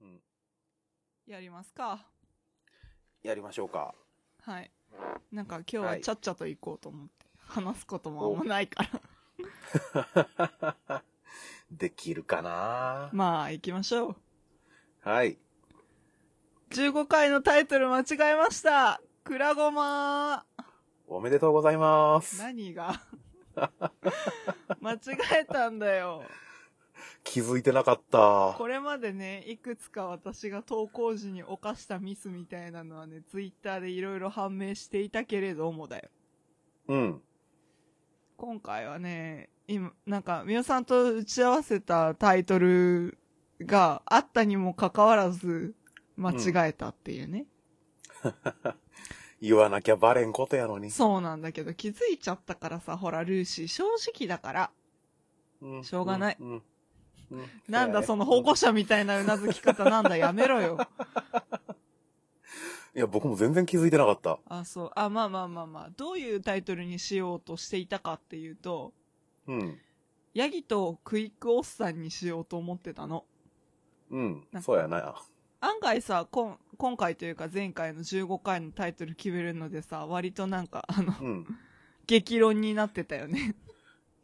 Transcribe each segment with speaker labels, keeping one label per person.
Speaker 1: うん
Speaker 2: やりますか。
Speaker 1: やりましょうか。
Speaker 2: はい。なんか今日ははいちゃっちゃと行こうと思って、話すこともあんまないから。
Speaker 1: できるかな
Speaker 2: まあ行きましょう。
Speaker 1: はい。
Speaker 2: 15回のタイトル間違えました。クラゴマ
Speaker 1: おめでとうございます。
Speaker 2: 何が間違えたんだよ。
Speaker 1: 気づいてなかった。
Speaker 2: これまでね、いくつか私が投稿時に犯したミスみたいなのはね、ツイッターでいろいろ判明していたけれどもだよ。
Speaker 1: うん。
Speaker 2: 今回はね、今、なんか、みおさんと打ち合わせたタイトルがあったにもかかわらず、間違えたっていうね。
Speaker 1: 言わなきゃバレんことやのに。
Speaker 2: そうなんだけど、気づいちゃったからさ、ほら、ルーシー、正直だから、
Speaker 1: うん
Speaker 2: しょうがない
Speaker 1: うん。うん
Speaker 2: なんだその保護者みたいなうなずき方なんだ、やめろよ。
Speaker 1: いや、僕も全然気づいてなかった。
Speaker 2: あ、そう。あ、まあまあまあまあ、どういうタイトルにしようとしていたかっていうと、
Speaker 1: うん。
Speaker 2: ヤギとクイックおっさんにしようと思ってたの。
Speaker 1: うん
Speaker 2: なんか。
Speaker 1: そうやな。
Speaker 2: 案外さこん今回というか前回の15回のタイトル決めるのでさ割となんか あの
Speaker 1: うん。
Speaker 2: 激論になってたよね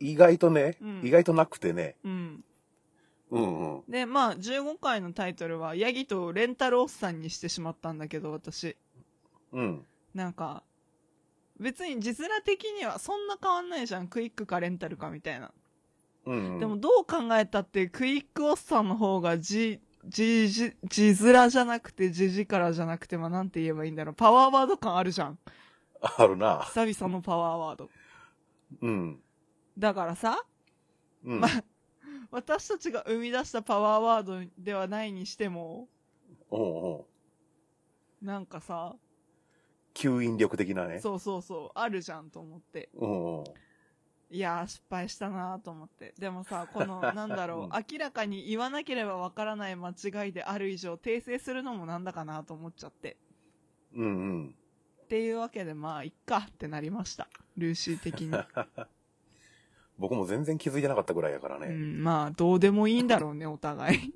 Speaker 1: 意外とね、
Speaker 2: うん
Speaker 1: 意外となくてね。
Speaker 2: うん
Speaker 1: うんうん。
Speaker 2: でまあ15回のタイトルはヤギとレンタルおっさんにしてしまったんだけど私
Speaker 1: うん。
Speaker 2: なんか別に字面的にはそんな変わんないじゃんクイックかレンタルかみたいな、
Speaker 1: うん、うん。
Speaker 2: でも、どう考えたってクイックおっさんの方が字字字字面じゃなくて字力じゃなくてまあなんて言えばいいんだろうパワーワード感あるじゃん
Speaker 1: あるな。
Speaker 2: 久々のパワーワード
Speaker 1: うん。
Speaker 2: だからさ、
Speaker 1: うん。
Speaker 2: 私たちが生み出したパワーワードではないにしても、
Speaker 1: おうおう。
Speaker 2: なんかさ、
Speaker 1: 吸引力的なね。
Speaker 2: そうそうそう、あるじゃんと思って。
Speaker 1: う。おうおう。
Speaker 2: いやー、失敗したなーと思って。でもさ、こ の、なんだろう、
Speaker 1: う
Speaker 2: 明らかに言わなければわからない間違いである以上、訂正するのもなんだかなと思っちゃって。
Speaker 1: うんうん。
Speaker 2: っていうわけで、まあ、いっかってなりました。ルーシー 的に。
Speaker 1: 僕も全然気づいてなかったぐらいやから
Speaker 2: う
Speaker 1: ね。
Speaker 2: ん、まあ、どうでもいいんだろうね、お互 い。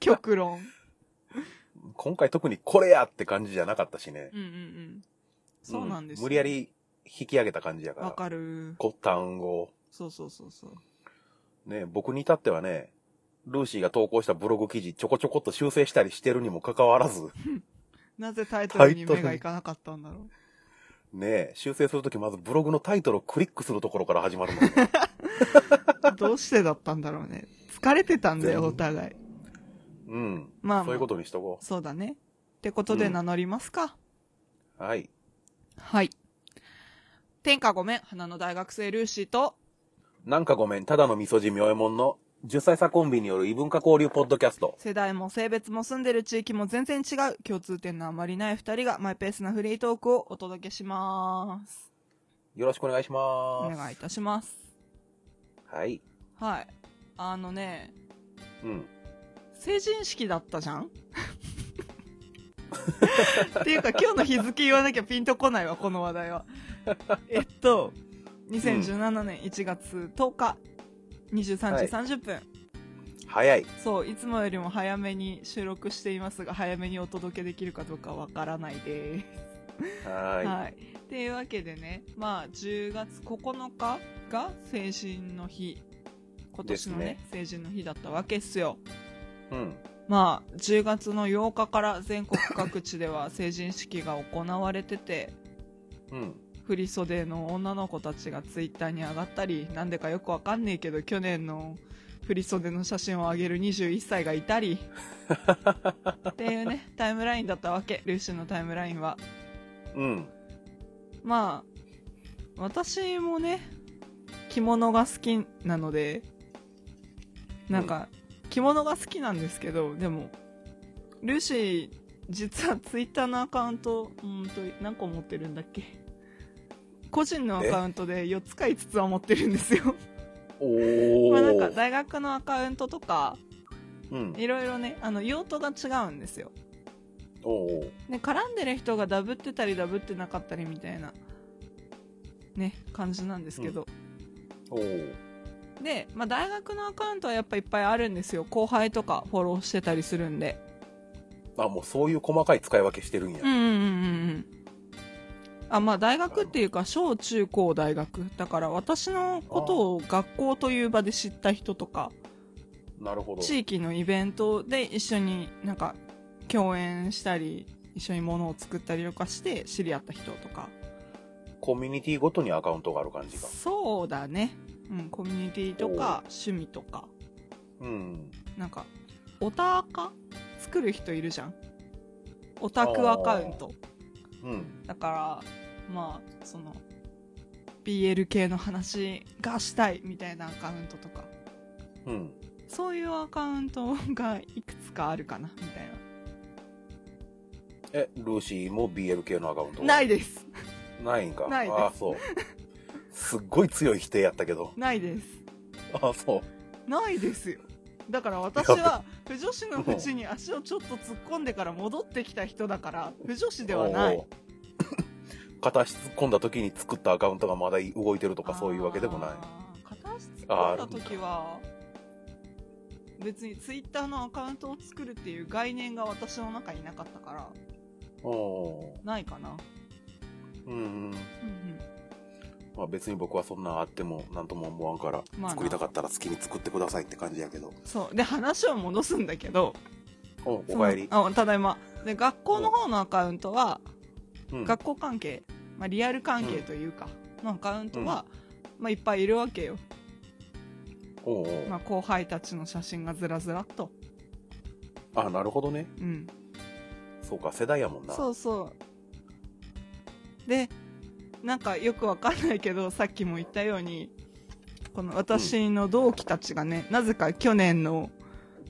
Speaker 2: 極論。
Speaker 1: 今回特にこれやって感じじゃなかったしね。
Speaker 2: うんうんうん。そうなんですよ
Speaker 1: 無理やり引き上げた感じやか
Speaker 2: わ
Speaker 1: ら。
Speaker 2: かる。
Speaker 1: こ単語を。
Speaker 2: そうそうそうそう。
Speaker 1: ね、僕に至ってはね、ルーシーが投稿したブログ記事ちょこちょこっと修正したりしてるにもかかわ らず、
Speaker 2: なぜタイトルに目がいかなかったんだろう。
Speaker 1: ね、修正するときまずブログのタイトルをクリックするところから始まるの。
Speaker 2: どうしてだったんだろうね。疲れてたんだよ、
Speaker 1: 全部
Speaker 2: お互い。
Speaker 1: うん。
Speaker 2: まあまあ
Speaker 1: そういうことにしとこ
Speaker 2: そうだね。ってことで名乗りますか。
Speaker 1: う。はい。
Speaker 2: はい。天下ごめん、花の大学生ルーシーと、
Speaker 1: なんかごめん、ただの味噌汁みおえもんの10歳差コンビによる異文化交流ポッドキャスト。
Speaker 2: 世代も性別も住んでる地域も全然違う、共通点のあまりない二人がマイペースなフリートークをお届けします。
Speaker 1: よろしくお願いし
Speaker 2: お
Speaker 1: ます。
Speaker 2: 願いいたします。
Speaker 1: はい。
Speaker 2: はい。あのね、
Speaker 1: うん。
Speaker 2: 成人式だったじゃん っていうか今日の日付言わなきゃピンとこないわこの話題 はえっと2017年1月10日、
Speaker 1: は
Speaker 2: 23
Speaker 1: い
Speaker 2: 時30分、
Speaker 1: 早い。
Speaker 2: そういつもよりも早めに収録していますが早めにお届けできるかどうかわからないです
Speaker 1: は
Speaker 2: はい、
Speaker 1: ーい。
Speaker 2: っていうわけでねまあ10月9日が成人の日今年のね
Speaker 1: で
Speaker 2: 成人の日だったわけっすよ
Speaker 1: うん。
Speaker 2: まあ、10月の8日から全国各地では成人式が行われてて
Speaker 1: うん。
Speaker 2: 振り袖の女の子たちがツイッターに上がったりなんでかよくわかんねえけど去年の振り袖の写真を上げる21歳がいたりっていうねタイムラインだったわけルーシーのタイムラインは
Speaker 1: うん。
Speaker 2: まあ私もね着物が好きなのでなんか、着物が好きなんですけどでもルーシー実はツイッターのアカウントうんと何個持ってるんだっけ個人のアカウントで4つか5つは持ってるんですよ
Speaker 1: おー。
Speaker 2: まあなんか大学のアカウントとか
Speaker 1: うん。
Speaker 2: いろいろねあの用途が違うんですよ
Speaker 1: おー。
Speaker 2: ね、絡んでる人がダブってたりダブってなかったりみたいなね感じなんですけど、
Speaker 1: おー。
Speaker 2: で、まあ、大学のアカウントはやっぱいっぱいあるんですよ後輩とかフォローしてたりするんで
Speaker 1: あ、もうそういう細かい使い分けしてるんや。
Speaker 2: うんうんうんうんうんあまあ大学っていうか小中高大学だから私のことを学校という場で知った人とか
Speaker 1: なるほど。
Speaker 2: 地域のイベントで一緒になんか共演したり一緒に物を作ったりとかして知り合った人とか
Speaker 1: コミュニティごとにアカウントがある感じか。
Speaker 2: そうだね、うん、コミュニティとか趣味とか
Speaker 1: うん。
Speaker 2: なんかオタアカ作る人いるじゃんオタクアカウント
Speaker 1: うん。
Speaker 2: だからまあその BL 系の話がしたいみたいなアカウントとか
Speaker 1: うん。
Speaker 2: そういうアカウントがいくつかあるかなみたい
Speaker 1: え、ルーシーも BL 系のアカウント
Speaker 2: なない
Speaker 1: で。
Speaker 2: です
Speaker 1: ないんか。
Speaker 2: ないです
Speaker 1: ああ、そう。すっごい強い否定やったけど。
Speaker 2: ないです
Speaker 1: ああ、そう。
Speaker 2: ないですよだから私は不女子のうちに足をちょっと突っ込んでから戻ってきた人だから不女子ではな
Speaker 1: お。
Speaker 2: いう
Speaker 1: 片足突っ込んだ時に作ったアカウントがまだ動いてると
Speaker 2: と
Speaker 1: かそういうわけでもない。
Speaker 2: 片足突っ込んだ時は別にツイッターのアカウントを作るっていう概念が私の中になかったから
Speaker 1: おう
Speaker 2: ないかな
Speaker 1: うんうん。
Speaker 2: うんうん
Speaker 1: まあ別に僕はそんなんあっても何とも思わんから、
Speaker 2: まあな
Speaker 1: 作りたかったら好きに作ってくださいって感じやけど。
Speaker 2: そうで話を戻すんだけど
Speaker 1: おうおかえり。
Speaker 2: そのあただいまで学校の方のアカウントは
Speaker 1: うん。
Speaker 2: 学校関係、まあ、リアル関係というか、のアカウントは、まあ、いっぱいいるわけよ、
Speaker 1: おうおう
Speaker 2: まあ、後輩たちの写真がずらずらっと、
Speaker 1: あ、なるほどね。
Speaker 2: うん、
Speaker 1: そうか、世代やもんな。
Speaker 2: そうそうでなんかよくわかんないけどさっきも言ったようにこの私の同期たちがね、なぜか去年の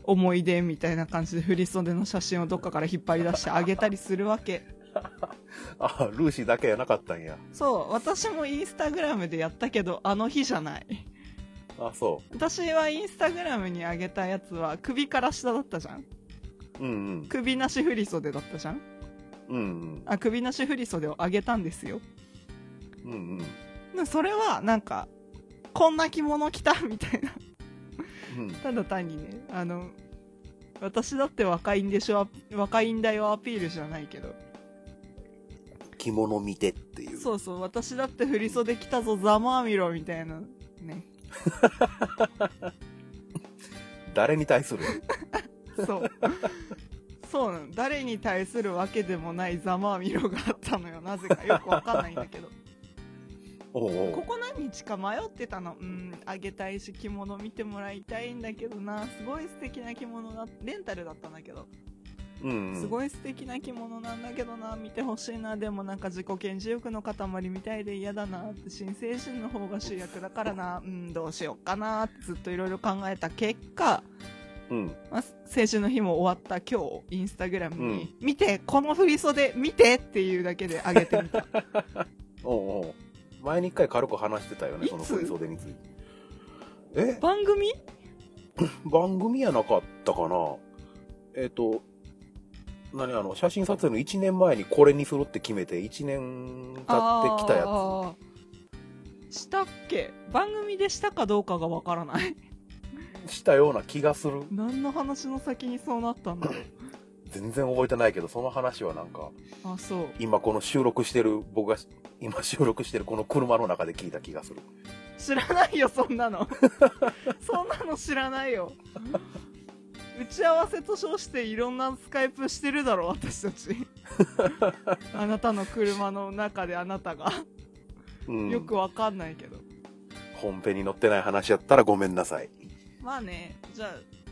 Speaker 2: 思い出みたいな感じで振り袖の写真をどっかから引っ張り出してあげたりするわけ
Speaker 1: あ、ルーシーだけやなかったんや。
Speaker 2: そう私もインスタグラムでやったけどあの日じゃない
Speaker 1: あ、そ
Speaker 2: 私はインスタグラムに上げたやつは首から下だったじゃん
Speaker 1: う。うん
Speaker 2: 首なし振り袖だったじゃん
Speaker 1: うん。うん
Speaker 2: あ首なし振り袖を上げたんですよ
Speaker 1: うん。うんうん。
Speaker 2: でもそれはなんかこんな着物着たみたいな
Speaker 1: うん。
Speaker 2: ただ単にねあの私だって若いんでしょ若いんだよアピールじゃないけど
Speaker 1: 着物見てっていう。
Speaker 2: そうそう私だって振り袖着たぞざまあみろみたいなね
Speaker 1: 誰に対する
Speaker 2: そうそうなの誰に対するわけでもないざまあみろがあったのよなぜかよくわかんないんだけど
Speaker 1: おうお
Speaker 2: こ
Speaker 1: う
Speaker 2: こ何日か迷ってたのうんあげたいし着物見てもらいたいんだけどなすごい素敵な着物だレンタルだったんだけど、
Speaker 1: うんうん。
Speaker 2: すごい素敵な着物なんだけどな見てほしいなでもなんか自己顕示欲の塊みたいで嫌だな新成人の方が主役だから なうんどうしよっかなってずっといろいろ考えた結果、
Speaker 1: うん。
Speaker 2: まあ、青春の日も終わった今日インスタグラムに、見てこの振り袖見てっていうだけで上げてみ た
Speaker 1: おうおう前に一回軽く話してたよね、
Speaker 2: いつ
Speaker 1: その振り袖について。え
Speaker 2: 番組
Speaker 1: 番組やなかったかなえっ、と、何あの、写真撮影の1年前にこれにするって決めて、1年経ってきたやつ。
Speaker 2: あーしたっけ番組でしたかどうかがわからない
Speaker 1: したような気がする。
Speaker 2: 何の話の先にそうなったんだろう
Speaker 1: 全然覚えてないけど、その話はなんか、
Speaker 2: あそう
Speaker 1: 今この収録してる、僕が今収録してるこの車の中で聞いた気がする。
Speaker 2: 知らないよそんなの そんなの知らないよ打ち合わせと称していろんなスカイプしてるだろ私たち あなたの車の中であなたが
Speaker 1: うん。
Speaker 2: よくわかんないけど、
Speaker 1: 本編に載ってない話やったらごめんなさい。
Speaker 2: まあねじゃあ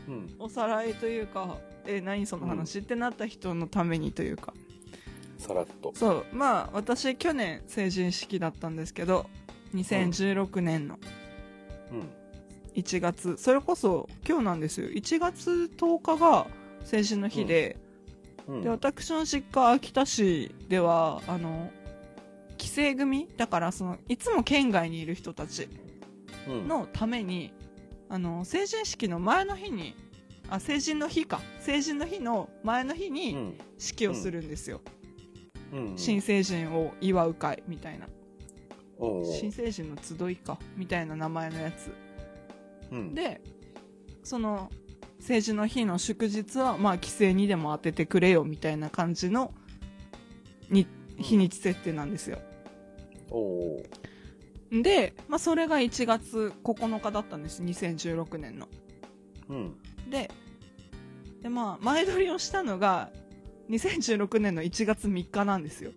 Speaker 1: うん。
Speaker 2: おさらいというかえ何その話、ってなった人のためにというか
Speaker 1: さらっと。
Speaker 2: そうまあ私去年成人式だったんですけど2016年の
Speaker 1: うん。
Speaker 2: 1月、それこそ今日なんですよ1月10日が成人の日で,、
Speaker 1: うん。
Speaker 2: で私の実家秋田市ではあの帰省組だからそのいつも県外にいる人たち
Speaker 1: うん、
Speaker 2: のためにあの成人式の前の日にあ成人の日か成人の日の前の日
Speaker 1: う
Speaker 2: に
Speaker 1: ん。
Speaker 2: 式をするんですよ、
Speaker 1: うん。
Speaker 2: 新成人を祝う会みたいな
Speaker 1: おうおう
Speaker 2: 新成人の集いかみたいな名前のやつ
Speaker 1: うん、
Speaker 2: でその成人の日の祝日はまあ帰省にでも当ててくれよみたいな感じのに
Speaker 1: うん
Speaker 2: 日にち設定なんですよ
Speaker 1: おお
Speaker 2: で、まあ、それが1月9日だったんです2016年の
Speaker 1: うん
Speaker 2: ででまあ前撮りをしたのが2016年の1月3日なんですよ、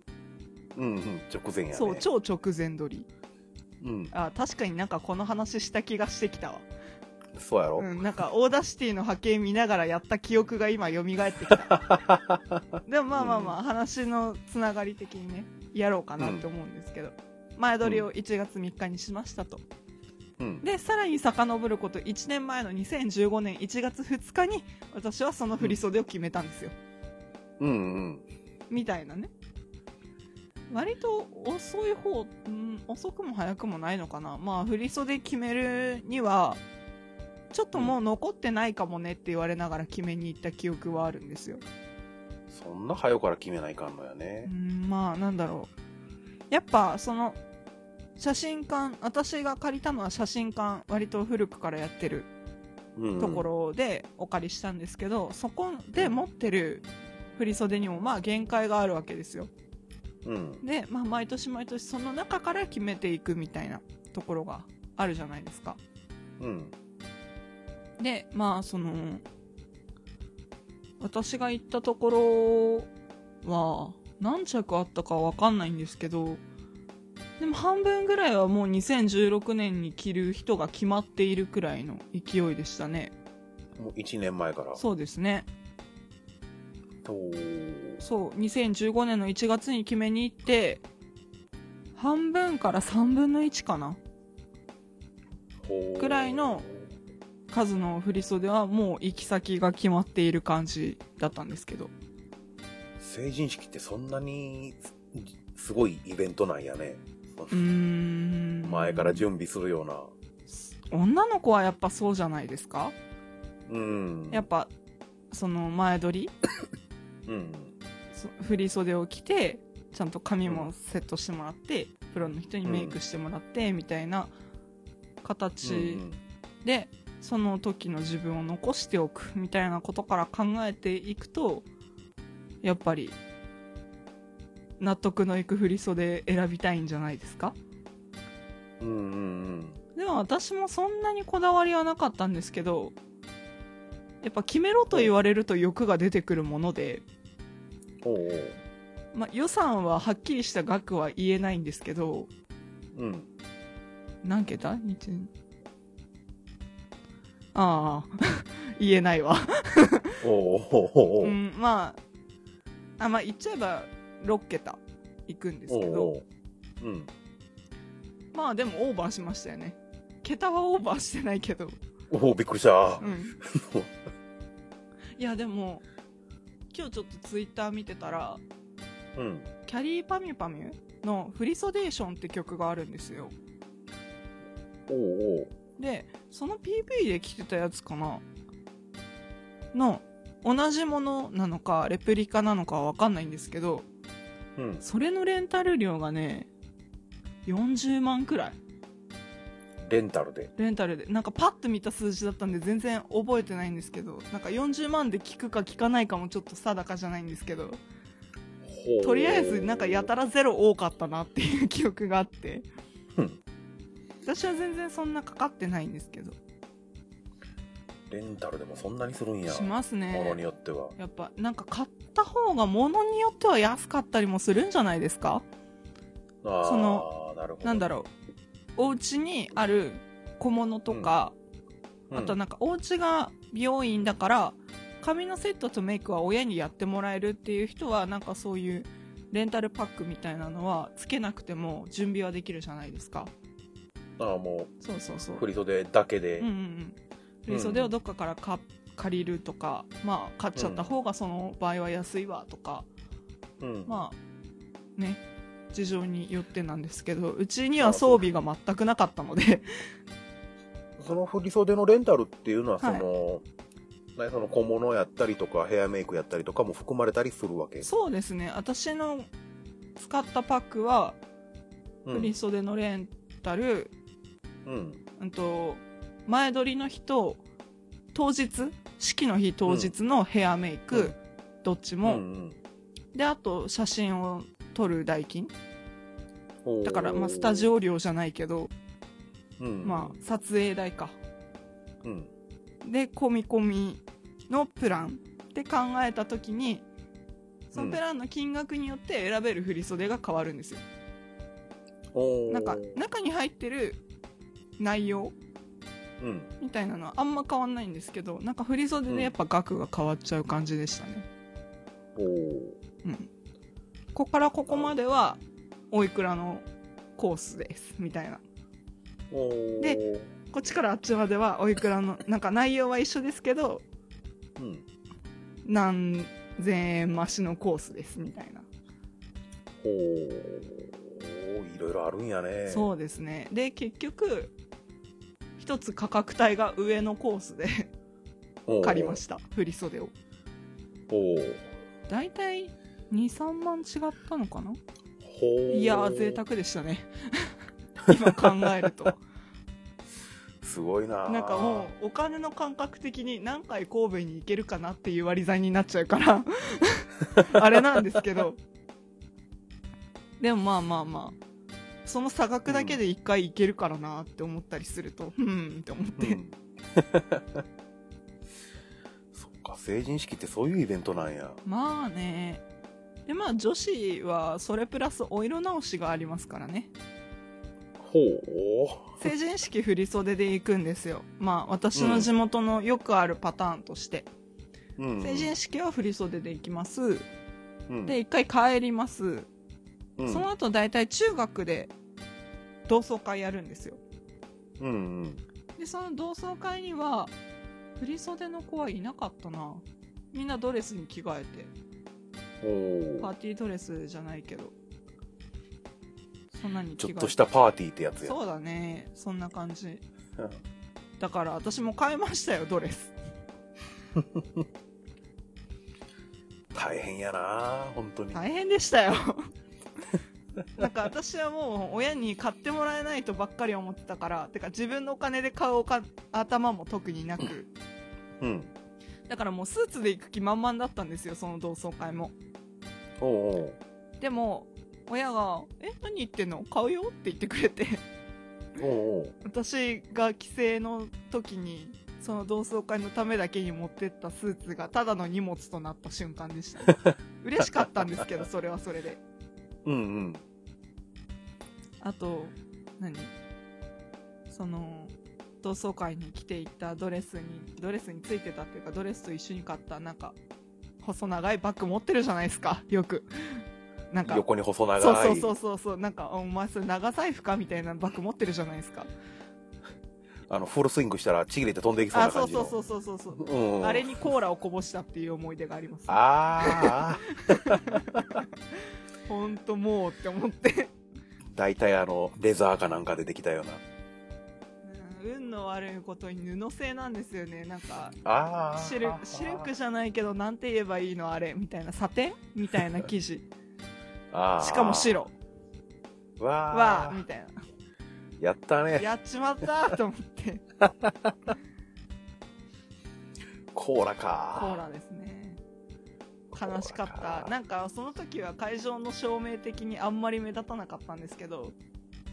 Speaker 1: うんうん直前やね
Speaker 2: そう超直前撮り
Speaker 1: うん
Speaker 2: あ確かになんかこの話した気がしてきたわ
Speaker 1: そうやろ、
Speaker 2: うん、なんかオーダーシティの波形見ながらやった記憶が今蘇ってきたでもまあまあまあ、話のつながり的にねやろうかなって思うんですけど、前撮りを1月3日にしましたと、
Speaker 1: うん
Speaker 2: でさらに遡ること1年前の2015年1月2日に私はその振り袖を決めたんですよ、
Speaker 1: うんうん
Speaker 2: みたいなね割と遅い方、うん、遅くも早くもないのかなまあ振り袖決めるにはちょっともう残ってないかもねって言われながら決めに行った記憶はあるんですよ
Speaker 1: そんな早から決めないかんのや
Speaker 2: う
Speaker 1: ね
Speaker 2: んまあなんだろうやっぱその写真館私が借りたのは写真館割と古くからやってる
Speaker 1: うん
Speaker 2: ところでお借りしたんですけど、そこで持ってる振り袖にもまあ限界があるわけですよ
Speaker 1: うん
Speaker 2: で、まあ、毎年毎年その中から決めていくみたいなところがあるじゃないですか
Speaker 1: うん
Speaker 2: でまあその私が行ったところは何着あったかわかんないんですけどでも半分ぐらいはもう2016年に着る人が決まっているくらいの勢いでしたね
Speaker 1: もう1年前から
Speaker 2: そうですね
Speaker 1: おー
Speaker 2: そう2015年の1月に決めに行って半分から3分の1かな
Speaker 1: ほう
Speaker 2: くらいの数の振り袖はもう行き先が決まっている感じだったんですけど
Speaker 1: 成人式ってそんなにすすごいイベントなんやね
Speaker 2: うーん
Speaker 1: 前から準備するような
Speaker 2: 女の子はやっぱそうじゃないですか、
Speaker 1: うん
Speaker 2: やっぱその前撮り
Speaker 1: うん
Speaker 2: そ振り袖を着てちゃんと髪もセットしてもらって、プロの人にメイクしてもらってみたいな形、
Speaker 1: うん
Speaker 2: でその時の自分を残しておくみたいなことから考えていくとやっぱり納得のいく振り袖選びたいんじゃないですか
Speaker 1: うんうんうん
Speaker 2: でも私もそんなにこだわりはなかったんですけどやっぱ決めろと言われると欲が出てくるもので、
Speaker 1: おうおう
Speaker 2: まあ、予算ははっきりした額は言えないんですけど
Speaker 1: うん
Speaker 2: 何桁日あ あ言えないわ
Speaker 1: おうおうおうおう
Speaker 2: うん、まあ、あ、まあ、言っちゃえば6桁いくんですけ
Speaker 1: おう
Speaker 2: ど、
Speaker 1: おううん
Speaker 2: まあでもオーバーしましたよね。桁はオーバーしてないけど、
Speaker 1: おおびっくりした
Speaker 2: うん。いや、でも、今日ちょっとツイッター見てたら、
Speaker 1: うん
Speaker 2: キャリーパミュパミュのフリソデーションって曲があるんですよ。
Speaker 1: おうおう
Speaker 2: で、その PV で着てたやつかなの、同じものなのか、レプリカなのかはわかんないんですけど、
Speaker 1: うん
Speaker 2: それのレンタル料がね、40万くらい。
Speaker 1: レンタルで
Speaker 2: レンタルで。なんかパッと見た数字だったんで全然覚えてないんですけど、なんか40万で聞くか聞かないかもちょっと定かじゃないんですけど、
Speaker 1: ほう
Speaker 2: とりあえずなんかやたらゼロ多かったなっていう記憶があって
Speaker 1: うん。
Speaker 2: 私は全然そんなかかってないんですけど。
Speaker 1: レンタルでもそんなにするんや
Speaker 2: します
Speaker 1: ものに
Speaker 2: ね。
Speaker 1: よっては
Speaker 2: やっぱなんか買った方が物によっては安かったりもするんじゃないですか
Speaker 1: ああ
Speaker 2: その
Speaker 1: なるほど
Speaker 2: なんだろう。お家にある小物とか、
Speaker 1: うん
Speaker 2: あとなんかお家が美容院だから髪のセットとメイクは親にやってもらえるっていう人はなんかそういうレンタルパックみたいなのはつけなくても準備はできるじゃないですか
Speaker 1: ああも
Speaker 2: そうそうそうう
Speaker 1: 振り袖だけで
Speaker 2: うんうんうん振り袖をどっかからか借りるとかまあ買っちゃった方がその場合は安いわとか、
Speaker 1: うん
Speaker 2: まあね事情によってなんですけどうちには装備が全くなかったので
Speaker 1: その振り袖のレンタルっていうのはそ
Speaker 2: はい
Speaker 1: の、何その小物やったりとかヘアメイクやったりとかも含まれたりするわけ、
Speaker 2: そうですね私の使ったパックは
Speaker 1: う
Speaker 2: 振
Speaker 1: ん
Speaker 2: り袖のレンタル、
Speaker 1: うん
Speaker 2: うんと前撮りの日と当日式の日当日のヘアメイク、
Speaker 1: うん
Speaker 2: どっち
Speaker 1: うんう
Speaker 2: も、
Speaker 1: ん
Speaker 2: であと写真を撮る代金
Speaker 1: おー
Speaker 2: だからまあスタジオ料じゃないけど、
Speaker 1: うん
Speaker 2: まあ、撮影代か
Speaker 1: うん
Speaker 2: で込み込みのプランって考えた時にそのプランの金額によって選べる振り袖が変わるんですよ、
Speaker 1: おー
Speaker 2: なんか中に入ってる内容
Speaker 1: うん
Speaker 2: みたいなのはあんま変わんないんですけどなんか振り袖でやっぱ額が変わっちゃう感じでしたね、
Speaker 1: おー
Speaker 2: うん、ここからここまではおいくらのコースですみたいな
Speaker 1: おー
Speaker 2: でこっちからあっちまではおいくらの なんか内容は一緒ですけど
Speaker 1: うん
Speaker 2: 何千円増しのコースですみたいな、
Speaker 1: おーいろいろあるんやね
Speaker 2: そうですねで結局一つ価格帯が上のコースで
Speaker 1: う
Speaker 2: 借りま
Speaker 1: た
Speaker 2: した振り袖を
Speaker 1: おー
Speaker 2: だいたい23万違ったのかな
Speaker 1: ほー
Speaker 2: いやー贅沢でしたね 今考えると
Speaker 1: すごいな
Speaker 2: なんかもうお金の感覚的に何回神戸に行けるかなっていう割り算になっちゃうから あれなんですけどでもまあまあまあその差額だけで1回行けるからなって思ったりするとうん、って思っ
Speaker 1: う
Speaker 2: て、
Speaker 1: ん そっか成人式ってそういうイベントなんや
Speaker 2: まあねでまあ女子はそれプラスお色直しがありますからね
Speaker 1: ほう
Speaker 2: 成人式振り袖で行くんですよまあ私の地元のよくあるパターンとして、
Speaker 1: うん
Speaker 2: 成人式は振り袖で行きます
Speaker 1: うん
Speaker 2: で1回帰ります
Speaker 1: うん
Speaker 2: その後大体中学で同窓会やるんですよ
Speaker 1: うんうん
Speaker 2: でその同窓会には振り袖の子はいなかったなみんなドレスに着替えて
Speaker 1: おー
Speaker 2: パーティードレスじゃないけどそんなに着
Speaker 1: ち
Speaker 2: 替
Speaker 1: ょ
Speaker 2: え
Speaker 1: ってとしたパーティーってやつや
Speaker 2: そうだねそんな感じ
Speaker 1: うん
Speaker 2: だから私も買いましたよドレス
Speaker 1: 大変やな本当に
Speaker 2: 大変で したよなんか私はもう親に買ってもらえないとばっかり思ってたからてか自分のお金で買うおか頭も特になく
Speaker 1: うん
Speaker 2: だからもうスーツで行く気満々だったんですよその同窓会も
Speaker 1: おうおう
Speaker 2: でも親が「え何言ってんの買うよ」って言ってくれて
Speaker 1: おうおう
Speaker 2: 私が帰省の時にその同窓会のためだけに持ってったスーツがただの荷物となった瞬間でした嬉しかったんですけどそれはそれで
Speaker 1: うんうん
Speaker 2: あと何その同窓会に着ていたドレスにドレスについてたっていうかドレスと一緒に買ったなんか細長いバッグ持ってるじゃないですかよくなんか
Speaker 1: 横に細長い
Speaker 2: そうそうそうそうそうなんかお前それ長財布かみたいなバッグ持ってるじゃないですか
Speaker 1: あのフルスイングしたらちぎれて飛んでいきそう
Speaker 2: あ
Speaker 1: な
Speaker 2: そ
Speaker 1: 感
Speaker 2: う
Speaker 1: じの
Speaker 2: そうそうそうそうそう
Speaker 1: う、ん、
Speaker 2: あれにコーラをこぼしたっていう思い出があります
Speaker 1: ああ
Speaker 2: ほんともうって思って
Speaker 1: 大体あのレザーかなんかでできたような
Speaker 2: うん運の悪いことに布製なんですよねなんか
Speaker 1: ああ
Speaker 2: シルシルクじゃないけどなんて言えばいいのあれみたいなサテンみたいな生地
Speaker 1: あー
Speaker 2: しかも白
Speaker 1: わ
Speaker 2: はみたい
Speaker 1: ーやっ
Speaker 2: な
Speaker 1: たね
Speaker 2: やっちまったと思 って
Speaker 1: コーラ
Speaker 2: コ
Speaker 1: か
Speaker 2: ーラですね悲しかったなんかその時は会場の照明的にあんまり目立たなかったんですけど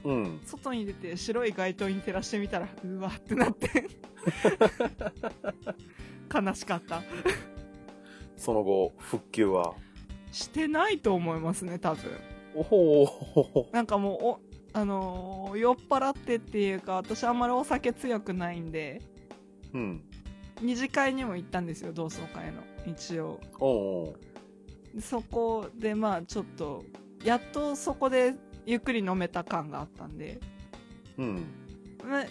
Speaker 1: うん
Speaker 2: 外に出て白い街灯に照らしてみたらうわってなって 悲しかった
Speaker 1: その後復旧は
Speaker 2: してないと思いますね多分
Speaker 1: おお
Speaker 2: なんかもうおあのー酔っ払ってっていうか私あんまりお酒強くないんで
Speaker 1: うん
Speaker 2: 二次会にも行ったんですよ同窓会の一応
Speaker 1: おお
Speaker 2: でそこでまあちょっとやっとそこでゆっくり飲めた感があったんで
Speaker 1: うん
Speaker 2: まあい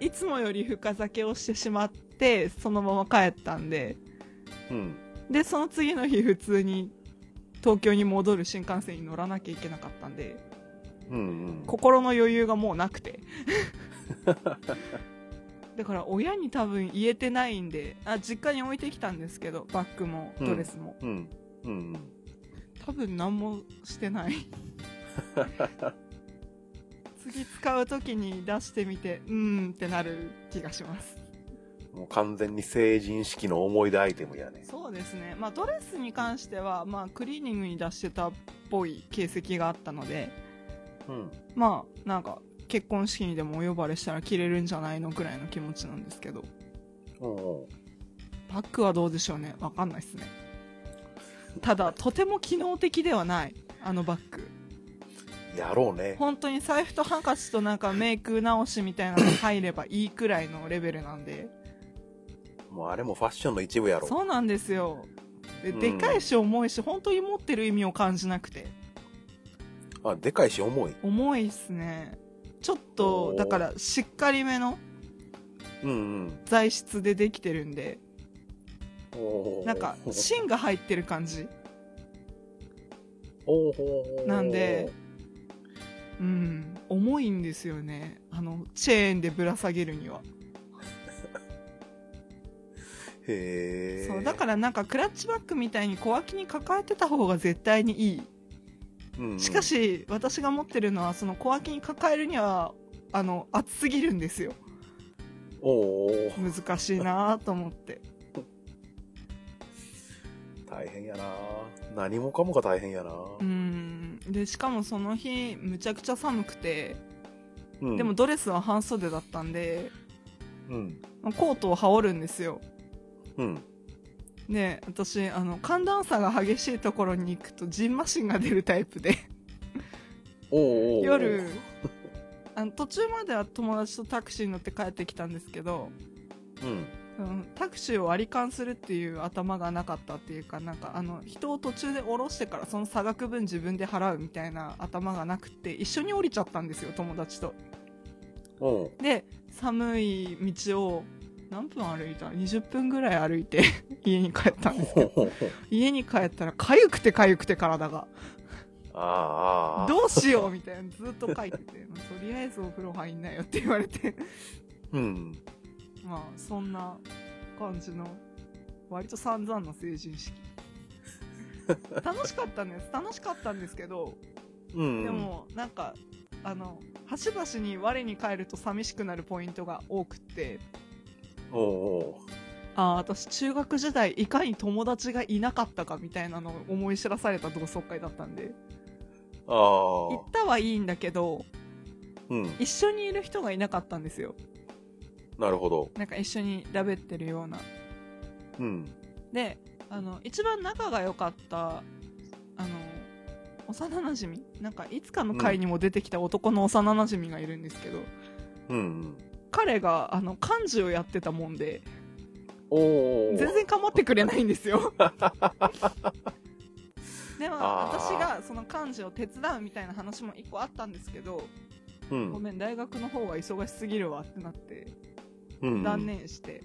Speaker 2: いつもより深酒をしてしまってそのまま帰ったんで
Speaker 1: うん
Speaker 2: でその次の日普通に東京に戻る新幹線に乗らなきゃいけなかったんで
Speaker 1: うんうん
Speaker 2: 心の余裕がもうなく てだから親に多分言えてないんであ実家に置いてきたんですけどバッグもドレスも、
Speaker 1: うんうん
Speaker 2: 多分何もしてない次使う時に出してみてうーんってなる気がします
Speaker 1: もう完全に成人式の思い出アイテムやね
Speaker 2: そうですねまあドレスに関しては、まあ、クリーニングに出してたっぽい形跡があったので
Speaker 1: うん
Speaker 2: まあなんか結婚式にでもお呼ばれしたら着れるんじゃないのぐらいの気持ちなんですけど
Speaker 1: うんうん
Speaker 2: バッグはどうでしょうねわかんないですねただとても機能的ではないあのバッグ
Speaker 1: やろうね
Speaker 2: 本当に財布とハンカチとなんかメイク直しみたいなのが入ればいいくらいのレベルなんで
Speaker 1: もうあれもファッションの一部やろ
Speaker 2: そうなんですよで
Speaker 1: うん
Speaker 2: でかいし重いし本当に持ってる意味を感じなくて
Speaker 1: あでかいし重い
Speaker 2: 重いっすねちょっ
Speaker 1: お
Speaker 2: と
Speaker 1: ー
Speaker 2: だからしっかりめの
Speaker 1: うんうん
Speaker 2: 材質でできてるんで
Speaker 1: おー
Speaker 2: なんか芯が入ってる感じ
Speaker 1: おーほーほー
Speaker 2: なんでうん重いんですよねあのチェーンでぶら下げるには、
Speaker 1: へえ、
Speaker 2: そうだかららなんかクラッチバッグみたいに小脇に抱えてた方が絶対にいい
Speaker 1: うんうん
Speaker 2: しかし私が持ってるのはその小脇に抱えるにはあの厚すぎるんですよ
Speaker 1: おーおー
Speaker 2: 難しいなと思って
Speaker 1: 大変やな何もかもが大変やな、
Speaker 2: うんでしかもその日むちゃくちゃ寒くて
Speaker 1: うん
Speaker 2: でも、ドレスは半袖だったんで
Speaker 1: うん
Speaker 2: コートを羽織るんですよ
Speaker 1: うん、
Speaker 2: で私あの寒暖差が激しいところに行くとじんましんが出るタイプで
Speaker 1: おーおーおー
Speaker 2: 夜あの途中までは友達とタクシーに乗って帰ってきたんですけど
Speaker 1: うん
Speaker 2: うんタクシーを割り勘するっていう頭がなかったっていうかなんかあの人を途中で降ろしてからその差額分自分で払うみたいな頭がなくて一緒に降りちゃったんですよ友達と
Speaker 1: うん
Speaker 2: で寒い道を何分歩いた20分ぐらい歩いて 家に帰ったんです
Speaker 1: ほうほうほう
Speaker 2: 家に帰ったら痒くて痒くて体が
Speaker 1: あーあーあー
Speaker 2: どうしようみたいなずっと書いててまあとりあえずお風呂入んなよって言われて
Speaker 1: うん
Speaker 2: まあそんな感じの割と散々な成人 式楽しかったんです楽しかったんですけど、
Speaker 1: うん
Speaker 2: でもなんかあの端々に我に返ると寂しくなるポイントが多くって
Speaker 1: おーお
Speaker 2: ああ私中学時代いかに友達がいなかったかみたいなのを思い知らされた同窓会だったんで
Speaker 1: ーあ
Speaker 2: 行
Speaker 1: あ
Speaker 2: ったはいいんだけど
Speaker 1: うん
Speaker 2: 一緒にいる人がいなかったんですよ
Speaker 1: なるほど
Speaker 2: なんか一緒にラベってるような
Speaker 1: うん
Speaker 2: であの一番仲が良かったあの幼なじみなんかいつかの回にも出てきた男の幼なじみがいるんですけど、
Speaker 1: うんうん
Speaker 2: 彼があの漢字をやってたもんで
Speaker 1: おーおー
Speaker 2: 全然構ってくれないんですよ でも
Speaker 1: あ
Speaker 2: 私
Speaker 1: ー
Speaker 2: がその漢字を手伝うみたいな話も一個あったんですけど、
Speaker 1: う
Speaker 2: ご
Speaker 1: ん
Speaker 2: めん大学の方が忙しすぎるわってなって
Speaker 1: うん
Speaker 2: 断念して、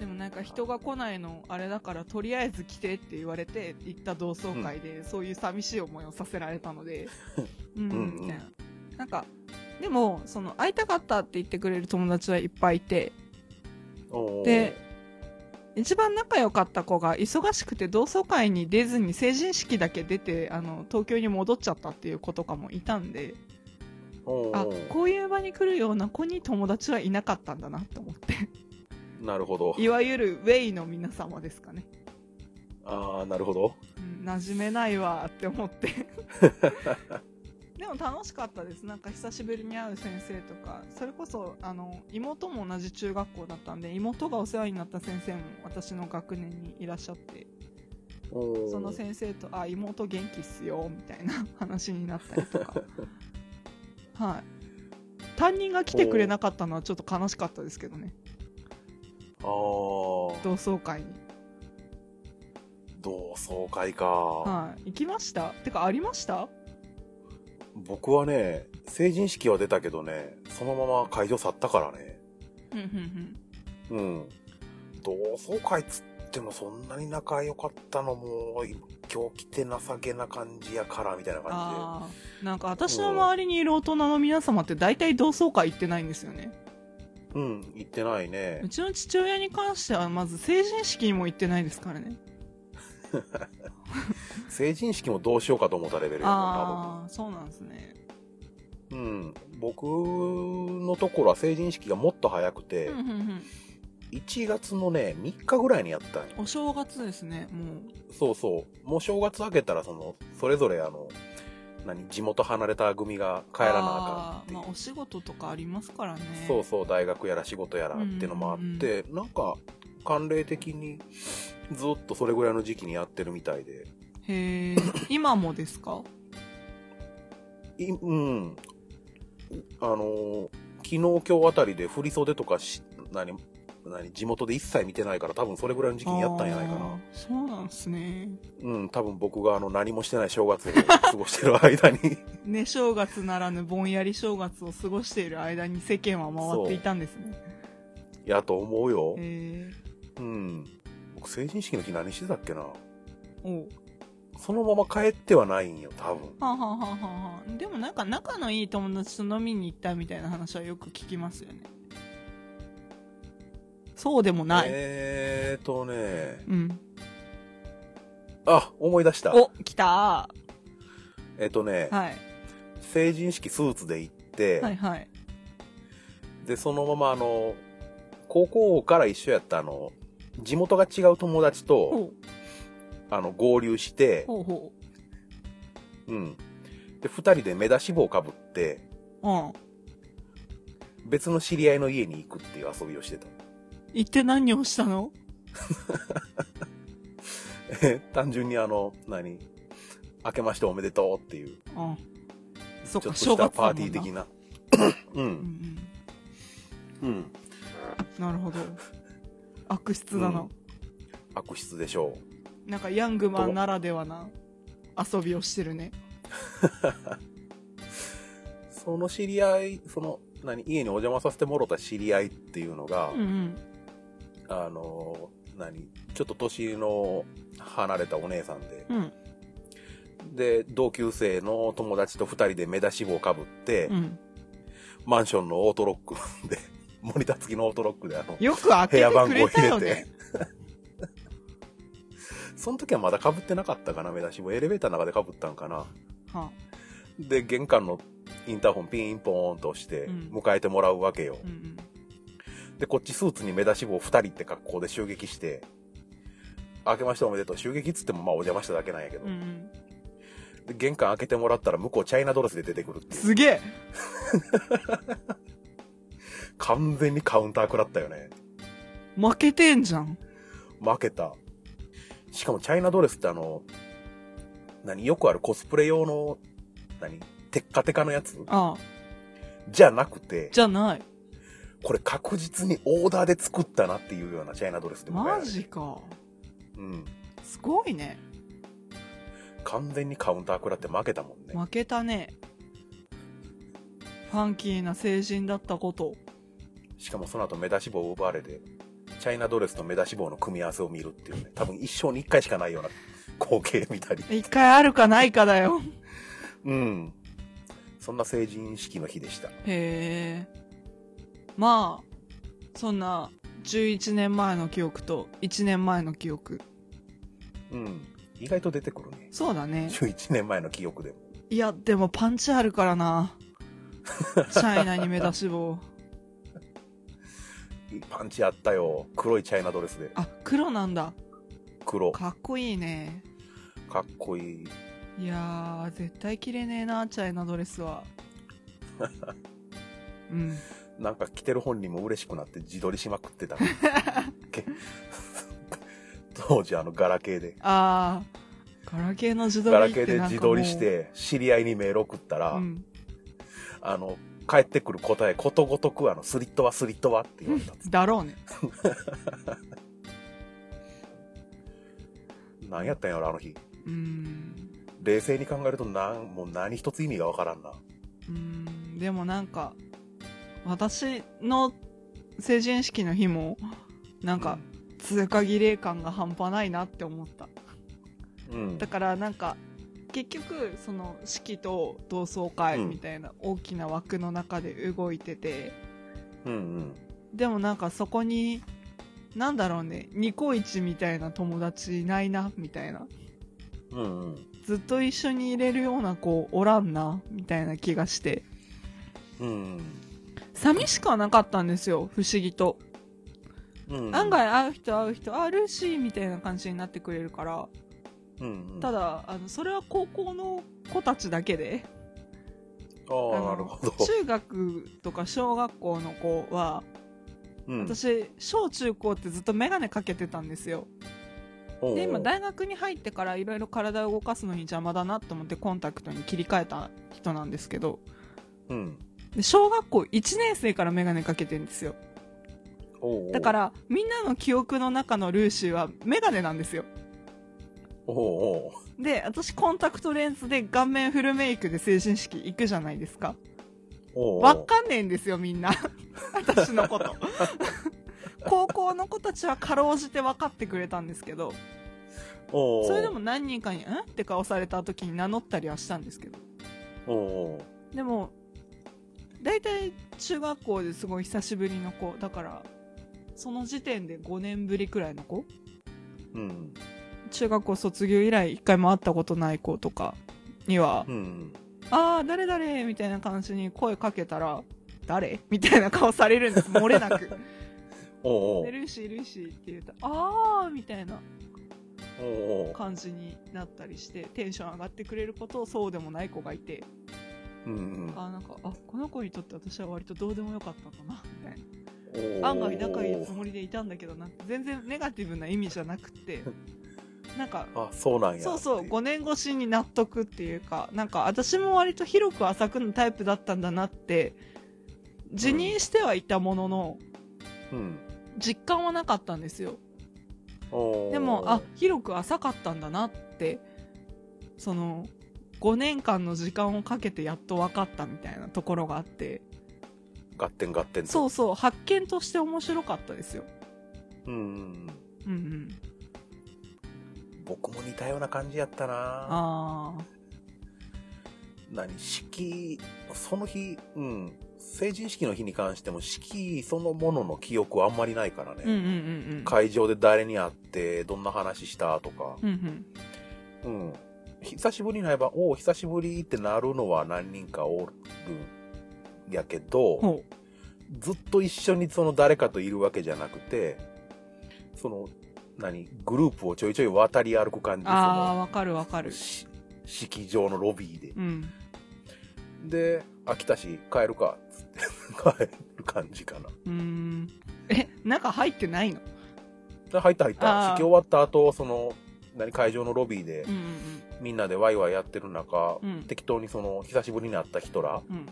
Speaker 2: でもなんか人が来ないのあれだからとりあえず来てって言われて行った同窓会で、そういう寂しい思いをさせられたの でうん
Speaker 1: うんうん
Speaker 2: みたいななんかでもその会いたかったって言ってくれる友達はいっぱいいて
Speaker 1: おー
Speaker 2: で一番仲良かった子が忙しくて同窓会に出ずに成人式だけ出てあの東京に戻っちゃったっていう子とかもいたんで
Speaker 1: おー
Speaker 2: あこういう場に来るような子に友達はいなかったんだなと思って
Speaker 1: なるほど
Speaker 2: いわゆるウェイの皆様ですかね、
Speaker 1: ああなるほど
Speaker 2: うん、馴染めないわって思って でも楽しかったですなんか久しぶりに会う先生とかそれこそあの妹も同じ中学校だったんで妹がお世話になった先生も私の学年にいらっしゃって
Speaker 1: おー
Speaker 2: その先生と「あ妹元気っすよ」みたいな話になったりと かはい担任が来てくれなかったのはちょっと悲しかったですけどね
Speaker 1: ああ
Speaker 2: 同窓会に
Speaker 1: 同窓会か
Speaker 2: はい行きましたてかありました
Speaker 1: 僕はね成人式は出たけどねそのまま会場去ったからね
Speaker 2: うんうんうん
Speaker 1: うん同窓会っつってもそんなに仲良かったのも今日来て情けな感じやからみたいな感
Speaker 2: ああなんか私の周りにいる大人の皆様って大体同窓会行ってないんですよね
Speaker 1: じでうん行ってないね
Speaker 2: うちの父親に関してはまず成人式にも行ってないですからね
Speaker 1: 成人式もどうしようかと思ったレベルやもんな
Speaker 2: ああそうなんですね
Speaker 1: 僕うん、僕のところは成人式がもっと早くて、
Speaker 2: うんうんうん
Speaker 1: 1月のね3日ぐらいにやったんよ
Speaker 2: お正月ですねも
Speaker 1: そうそうもう正月明けたらそのそれぞれあの何地元離れた組が
Speaker 2: う
Speaker 1: 帰らなあかんっていう
Speaker 2: まあお仕事とかありますからね
Speaker 1: そうそう大学やら仕事やらってのもあって、なんか慣例的にずっとそれぐらいの時期にやってるみたいで
Speaker 2: へえ今もですか
Speaker 1: いうんあのー昨日今日あたりで振り袖とかし何何地元で一切見てないから多分それぐらいの時期にやったんやないか
Speaker 2: あ
Speaker 1: な
Speaker 2: ーそうなんですね
Speaker 1: うん多分僕があの何もしてない正月を過ごして る間に
Speaker 2: ね正月ならぬぼんやり正月を過ごしている間に世間は回っていたんですね
Speaker 1: やと思うよ
Speaker 2: へえ
Speaker 1: うん僕成人式の日何してたっけな
Speaker 2: おう
Speaker 1: そのまま帰ってはないんよ多分
Speaker 2: はあ、はあはあはあはあ、でもなんか仲のいい友達と飲みに行ったみたいな話はよく聞きますよねそうでもない、
Speaker 1: えーとね
Speaker 2: うん
Speaker 1: あ、思い出した。
Speaker 2: お来た
Speaker 1: えっとね、
Speaker 2: ー、はい、
Speaker 1: 成人式スーツで行って、
Speaker 2: はいはい
Speaker 1: で、そのままあの、高校から一緒やったあの、地元が違う友達と、
Speaker 2: ほう
Speaker 1: あの、合流して、
Speaker 2: ほうほ
Speaker 1: うん。で、二人で目出し帽かぶって、
Speaker 2: ううん
Speaker 1: 別の知り合いの家に行くっていう遊びをしてた。
Speaker 2: 行って何をしたの
Speaker 1: 単純にあの、何明けましておめでとうっていう、
Speaker 2: うんそっ
Speaker 1: ち
Speaker 2: か
Speaker 1: ょっとし
Speaker 2: 正
Speaker 1: た
Speaker 2: 月だも
Speaker 1: パー
Speaker 2: ん
Speaker 1: ティー的
Speaker 2: な、
Speaker 1: な。う、
Speaker 2: うんうんん、
Speaker 1: うん。
Speaker 2: なるほ ど悪質だな、
Speaker 1: うん悪質でしょう。
Speaker 2: なんかヤングマンならではな遊びをしてるね
Speaker 1: その知り合い、その、何家にお邪魔させてもろた知り合いっていうのが、
Speaker 2: うんうん
Speaker 1: あのー何ちょっと年の離れたお姉さんで、
Speaker 2: うん
Speaker 1: で、同級生の友達と二人で目出し帽かぶって、
Speaker 2: うん
Speaker 1: マンションのオートロックで、 モニター付きのオートロックで、あの、
Speaker 2: よく開けてくれたよね
Speaker 1: その時はまだかぶってなかったかな、目出し帽。エレベーターの中でかぶったんかな。
Speaker 2: はあ
Speaker 1: で、玄関のインターホンピンポーンと押して、
Speaker 2: うん
Speaker 1: 迎えてもらうわけよ。
Speaker 2: うんうん
Speaker 1: で、こっちスーツに目出し帽二人って格好で襲撃して、明けましておめでとう。襲撃っつってもまあお邪魔しただけなんやけど。
Speaker 2: うんうん
Speaker 1: で玄関開けてもらったら向こうチャイナドレスで出てくるっていう
Speaker 2: すげえ
Speaker 1: 完全にカウンター食らったよね
Speaker 2: 負けてんじゃん
Speaker 1: 負けたしかもチャイナドレスってあの何よくあるコスプレ用の何テッカテカのやつ
Speaker 2: ああ
Speaker 1: じゃなくて
Speaker 2: じゃない
Speaker 1: これ確実にオーダーで作ったなっていうようなチャイナドレスでも
Speaker 2: マジか
Speaker 1: うん
Speaker 2: すごいね
Speaker 1: 完全にカウンター食らって負けたもんね
Speaker 2: 負けたねファンキーな成人だったこと
Speaker 1: しかもその後目出し帽を奪われてチャイナドレスと目出し帽の組み合わせを見るっていうね多分一生に一回しかないような光景見たり
Speaker 2: 一回あるかないかだよ
Speaker 1: うん。そんな成人式の日でした。
Speaker 2: へえまあそんな11年前の記憶と1年前の記憶
Speaker 1: うん。意外と出てくるね。
Speaker 2: そうだ ね
Speaker 1: 11年前の記憶でも。
Speaker 2: いやでもパンチあるから なチャイナに目出し帽
Speaker 1: パンチあったよ。黒いチャイナドレスで。
Speaker 2: あ黒なんだ
Speaker 1: 黒。か
Speaker 2: かっこいいね
Speaker 1: っこいい。
Speaker 2: いやー絶対着れねえなチャイナドレスは うん
Speaker 1: なんか着てる本人も嬉しくなって自撮りしまく ってた。け当時あのガラケーで。
Speaker 2: あーガラケーの自撮り
Speaker 1: ガ
Speaker 2: って
Speaker 1: ラケーで自撮りして、知り合いにメール送ったら、
Speaker 2: なんかもううん、
Speaker 1: あの、帰ってくる答えことごとくあの、スリットはスリットはって言われた。
Speaker 2: だろうね
Speaker 1: なんやったんやろ、あの日。
Speaker 2: うん
Speaker 1: 冷静に考えると、なん、もう何一つ意味がわからんな。
Speaker 2: うんでもなんか私の成人式の日もなんか通過儀礼感が半端ないなって思った
Speaker 1: うん、うん
Speaker 2: だからなんか結局その式と同窓会みたいな大きな枠の中で動いてて、
Speaker 1: うんうん
Speaker 2: でもなんかそこになんだろうねニコイチみたいな友達いないなみたいな
Speaker 1: うんうん
Speaker 2: ずっと一緒にいれるような子おらんなみたいな気がして
Speaker 1: うん
Speaker 2: 寂しくはなかったんですよ不思議と、
Speaker 1: うん
Speaker 2: 案外会う人会う人あルーシーみたいな感じになってくれるから
Speaker 1: うんうん
Speaker 2: ただあのそれは高校の子たちだけで
Speaker 1: あ
Speaker 2: あ
Speaker 1: あ
Speaker 2: の
Speaker 1: なるほど、
Speaker 2: 中学とか小学校の子は
Speaker 1: うん、
Speaker 2: 私小中高ってずっと眼鏡かけてたんですよ
Speaker 1: おう
Speaker 2: で今大学に入ってからいろいろ体を動かすのに邪魔だなと思ってコンタクトに切り替えた人なんですけど
Speaker 1: うん
Speaker 2: で小学校1年生から眼鏡かけてるんですよ
Speaker 1: おうおう
Speaker 2: だからみんなの記憶の中のルーシーは眼鏡なんですよ
Speaker 1: おうおう
Speaker 2: で私コンタクトレンズで顔面フルメイクで成人式行くじゃないですか
Speaker 1: おうおう
Speaker 2: わかんねえんですよみんな 私のこと 高校の子たちはかろうじて分かってくれたんですけど
Speaker 1: おうおう
Speaker 2: それでも何人かに「ん?」って顔された時に名乗ったりはしたんですけど
Speaker 1: おうおう
Speaker 2: でも大体中学校ですごい久しぶりの子だからその時点で5年ぶりくらいの子
Speaker 1: うん
Speaker 2: 中学校卒業以来一回も会ったことない子とかには
Speaker 1: うん
Speaker 2: 「ああ誰誰」みたいな感じに声かけたら「誰?」みたいな顔されるんです漏れな く「
Speaker 1: おうおう
Speaker 2: でルーシールーシー」って言うと「ああ」みたいな
Speaker 1: おうおう
Speaker 2: 感じになったりしてテンション上がってくれる子とそうでもない子がいて
Speaker 1: うんうん
Speaker 2: あーなんかあこの子にとって私は割とどうでもよかったんだなみたい
Speaker 1: おうおう
Speaker 2: な案外仲いいつもりでいたんだけどな全然ネガティブな意味じゃなく てなんか
Speaker 1: あそうなんや
Speaker 2: そうそう
Speaker 1: ご
Speaker 2: 5年越しに納得っていうかなんか私も割と広く浅くのタイプだったんだなって自認してはいたものの、
Speaker 1: うん
Speaker 2: 実感はなかったんですよ
Speaker 1: おう
Speaker 2: でもあ広く浅かったんだなってその5年間の時間をかけてやっと分かったみたいなところがあって
Speaker 1: 合点合点と
Speaker 2: そうそう発見として面白かったですよ
Speaker 1: うんう
Speaker 2: うん
Speaker 1: ん
Speaker 2: うん
Speaker 1: うん僕も似たような感じやったな
Speaker 2: ああ
Speaker 1: 何式その日うん成人式の日に関しても式そのものの記憶はあんまりないからね、
Speaker 2: うんうんうんうん
Speaker 1: 会場で誰に会ってどんな話したとか
Speaker 2: うんうん
Speaker 1: うん久しぶりに会えばおお久しぶりってなるのは何人かおるんやけど、
Speaker 2: ほ
Speaker 1: ずっと一緒にその誰かといるわけじゃなくて、その、何、グループをちょいちょい渡り歩く感
Speaker 2: う
Speaker 1: じ、
Speaker 2: ああ
Speaker 1: そ
Speaker 2: わかるわか
Speaker 1: の、
Speaker 2: る
Speaker 1: し式場のロビーで。
Speaker 2: うん
Speaker 1: で、飽きたし、帰るか、つって 帰る感じかな。
Speaker 2: うーんえ中入ってないの
Speaker 1: で入った入っ
Speaker 2: あー
Speaker 1: た。式終わった後、その、何、会場のロビーで
Speaker 2: う、んうん
Speaker 1: みんなでワイワイやってる中、
Speaker 2: うん
Speaker 1: 適当にその、久しぶりに会った人ら、
Speaker 2: うんうん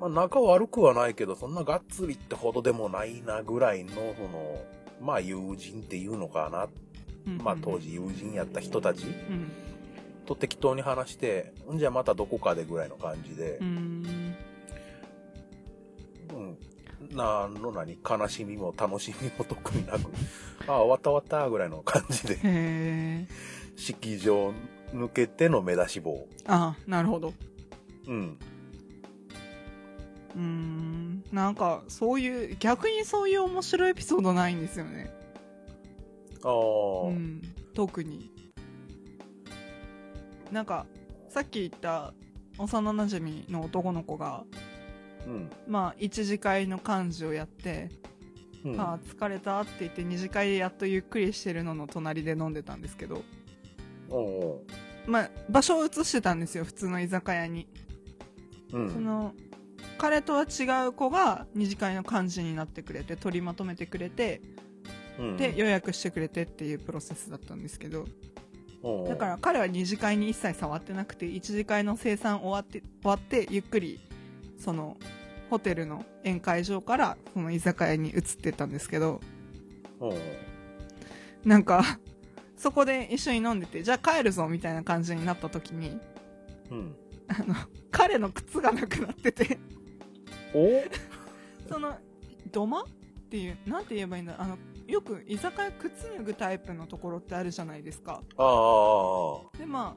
Speaker 1: まあ、仲悪くはないけど、そんながっつりってほどでもないなぐらいの、その、まあ友人っていうのかな
Speaker 2: うんうん
Speaker 1: まあ当時友人やった人たち
Speaker 2: うん
Speaker 1: と適当に話して、んじゃあまたどこかでぐらいの感じで
Speaker 2: うー、ん
Speaker 1: うん。なんの何悲しみも楽しみも特になく、 ああ、終わった終わったぐらいの感じで、
Speaker 2: へ え
Speaker 1: 式場抜けての目出し棒。
Speaker 2: ああなるほど
Speaker 1: うん。
Speaker 2: うーんなんかそういう逆にそういう面白いエピソードないんですよね
Speaker 1: ああ、
Speaker 2: うん、特になんかさっき言った幼なじみの男の子が
Speaker 1: うん。
Speaker 2: まあ一次会の幹事をやって
Speaker 1: う
Speaker 2: 「
Speaker 1: ん。
Speaker 2: ああ疲れた」って言って二次会でやっとゆっくりしてるのの隣で飲んでたんですけど、
Speaker 1: おう
Speaker 2: まあ、場所を移してたんですよ普通の居酒屋に、
Speaker 1: おううん。
Speaker 2: その彼とは違う子が二次会の幹事になってくれて取りまとめてくれて
Speaker 1: うん、
Speaker 2: で予約してくれてっていうプロセスだったんですけど
Speaker 1: おうおう
Speaker 2: だから、彼は二次会に一切触ってなくて一次会の生産終わって終わってゆっくりそのホテルの宴会場からその居酒屋に移ってったんですけど
Speaker 1: おう
Speaker 2: なんかそこで一緒に飲んでてじゃあ帰るぞみたいな感じになった時に
Speaker 1: うん。
Speaker 2: あの彼の靴がなくなってて
Speaker 1: お
Speaker 2: その土間っていうなんて言えばいいんだあのよく居酒屋靴脱ぐタイプのところってあるじゃないですか
Speaker 1: ああ、
Speaker 2: でまあ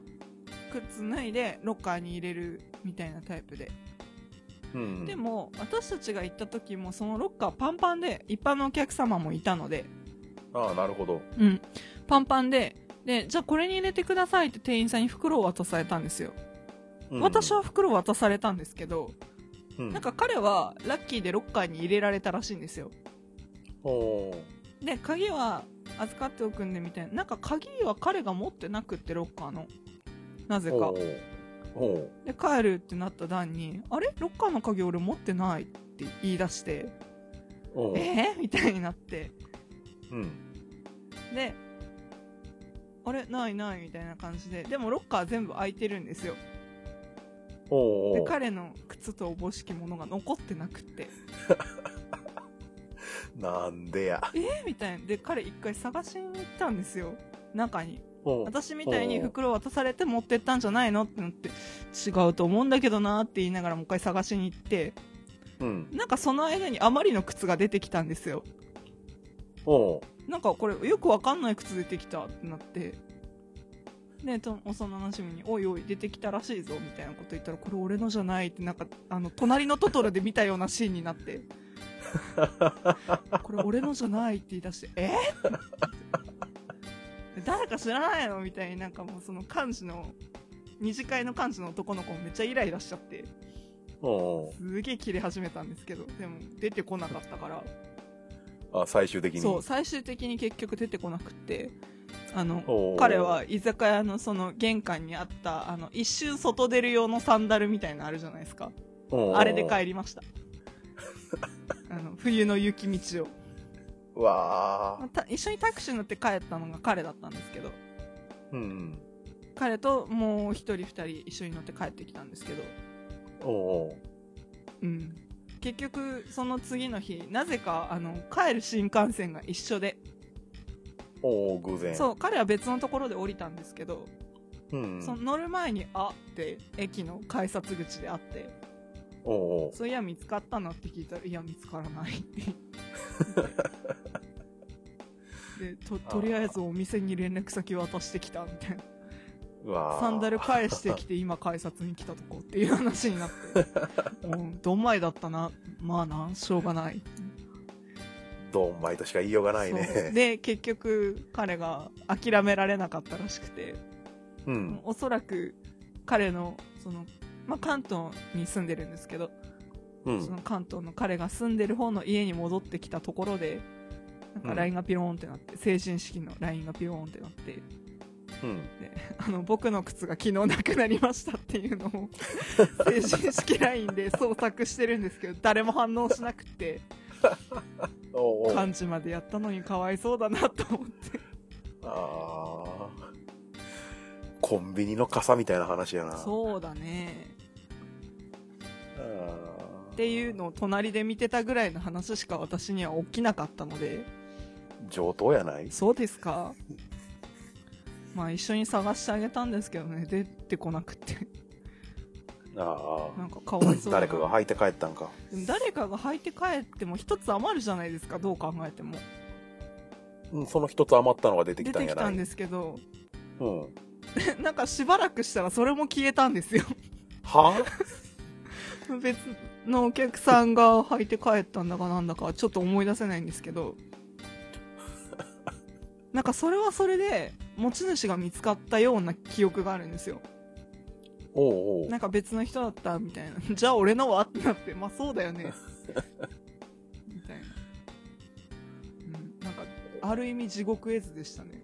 Speaker 2: 靴脱いでロッカーに入れるみたいなタイプで
Speaker 1: うん。
Speaker 2: で、も私たちが行った時もそのロッカーパンパンで一般のお客様もいたので、
Speaker 1: ああ、なるほど。
Speaker 2: うん、パンパンででじゃあこれに入れてくださいって店員さんに袋を渡されたんですよ、
Speaker 1: うん
Speaker 2: 私は、袋を渡されたんですけど
Speaker 1: うん
Speaker 2: なんか彼はラッキーでロッカーに入れられたらしいんですよ
Speaker 1: おー
Speaker 2: で鍵は預かっておくんでみたいななんか鍵は彼が持ってなくってロッカーのなぜか
Speaker 1: おーおー
Speaker 2: で帰るってなった段に「あれロッカーの鍵俺持ってない」って言い出して
Speaker 1: お
Speaker 2: 「
Speaker 1: ー
Speaker 2: えーみたいになって
Speaker 1: うん
Speaker 2: で「あれないない」みたいな感じででもロッカー全部開いてるんですよ
Speaker 1: おー
Speaker 2: で
Speaker 1: おー
Speaker 2: 彼の靴とおぼしきものが残ってなくって
Speaker 1: なんでや
Speaker 2: 「えーみたいなで彼一回探しに行ったんですよ中に
Speaker 1: おー
Speaker 2: 私みたいに袋渡されて持ってったんじゃないのってなって違うと思うんだけどなって言いながらもう一回探しに行って
Speaker 1: うん
Speaker 2: なんかその間にあまりの靴が出てきたんですよ
Speaker 1: おー
Speaker 2: なんかこれよくわかんない靴出てきたってなってでと幼なじみに「おいおい出てきたらしいぞ」みたいなこと言ったら「これ俺のじゃない」ってなんかあの隣のトトロで見たようなシーンになって「これ俺のじゃない」って言い出して「えー誰か知らないの?」みたいになんかもうその幹事の二次会の幹事の男の子もめっちゃイライラしちゃって
Speaker 1: お
Speaker 2: すげえ切れ始めたんですけどでも出てこなかったから
Speaker 1: ーあ最終的に
Speaker 2: そう最終的に結局出てこなくってあ
Speaker 1: お
Speaker 2: の
Speaker 1: ー
Speaker 2: 彼は居酒屋のその玄関にあったあの一周外出る用のサンダルみたいなのあるじゃないですか
Speaker 1: おー
Speaker 2: あれで帰りました あの冬の雪道を、
Speaker 1: わ
Speaker 2: ま
Speaker 1: あ
Speaker 2: あた一緒にタクシー乗って帰ったのが彼だったんですけど
Speaker 1: うん
Speaker 2: 彼ともう一人二人一緒に乗って帰ってきたんですけど
Speaker 1: おおー
Speaker 2: うん結局その次の日なぜかあの帰る新幹線が一緒で
Speaker 1: おお偶然
Speaker 2: そう彼は別のところで降りたんですけど
Speaker 1: うんうん
Speaker 2: その乗る前に「あ」って駅の改札口であって
Speaker 1: おお
Speaker 2: 「そういや見つかったの?」って聞いたら「いや見つからない」 って言ってでととりあえずお店に連絡先渡してきたみたいな
Speaker 1: うわー
Speaker 2: サンダル返してきて今改札に来たとこっていう話にな って「うんどんまいだったなまあなしょうがない」
Speaker 1: ドンマイとしか言いようがない
Speaker 2: そう
Speaker 1: ね
Speaker 2: で結局彼が諦められなかったらしくて
Speaker 1: うん
Speaker 2: おそらく彼のその、まあ、関東に住んでるんですけど
Speaker 1: う
Speaker 2: そ
Speaker 1: ん
Speaker 2: の関東の彼が住んでる方の家に戻ってきたところで、なん
Speaker 1: う
Speaker 2: か
Speaker 1: ん
Speaker 2: LINE がピローンってなって、成人式の LINE がピローンってなって、
Speaker 1: うん
Speaker 2: あの、僕の靴が昨日なくなりましたっていう のを、成人式 LINE で捜索してるんですけど、誰も反応しなくて、
Speaker 1: おうおう
Speaker 2: 漢字までやったのにかわいそうだなと思って。
Speaker 1: あーコンビニの傘みたいな話やな
Speaker 2: そうだね。
Speaker 1: あー
Speaker 2: っていうのを隣で見てたぐらいの話しか私には起きなかったので、
Speaker 1: 上等やない
Speaker 2: そうですか。まあ一緒に探してあげたんですけどね、出てこなくて。
Speaker 1: あ
Speaker 2: な
Speaker 1: あ
Speaker 2: んかかわいそうだな
Speaker 1: 誰かが履いて帰ったんか
Speaker 2: でも誰かが履いて帰っても一つ余るじゃないですかどう考えても
Speaker 1: うんその一つ余ったのが出てき
Speaker 2: 出
Speaker 1: たん
Speaker 2: て
Speaker 1: や
Speaker 2: き
Speaker 1: な
Speaker 2: た
Speaker 1: い
Speaker 2: んですけど
Speaker 1: うん
Speaker 2: なんかしばらくしたらそれも消えたんですよ
Speaker 1: は
Speaker 2: 別のお客さんが履いて帰ったんだかなんだかちょっと思い出せないんですけ どなんかそれはそれで持ち主が見つかったような記憶があるんですよ
Speaker 1: おうおう
Speaker 2: なんか別の人だったみたいな じゃあ俺のはってなってまあそうだよねみたいな、うん、なんかある意味地獄絵図でしたね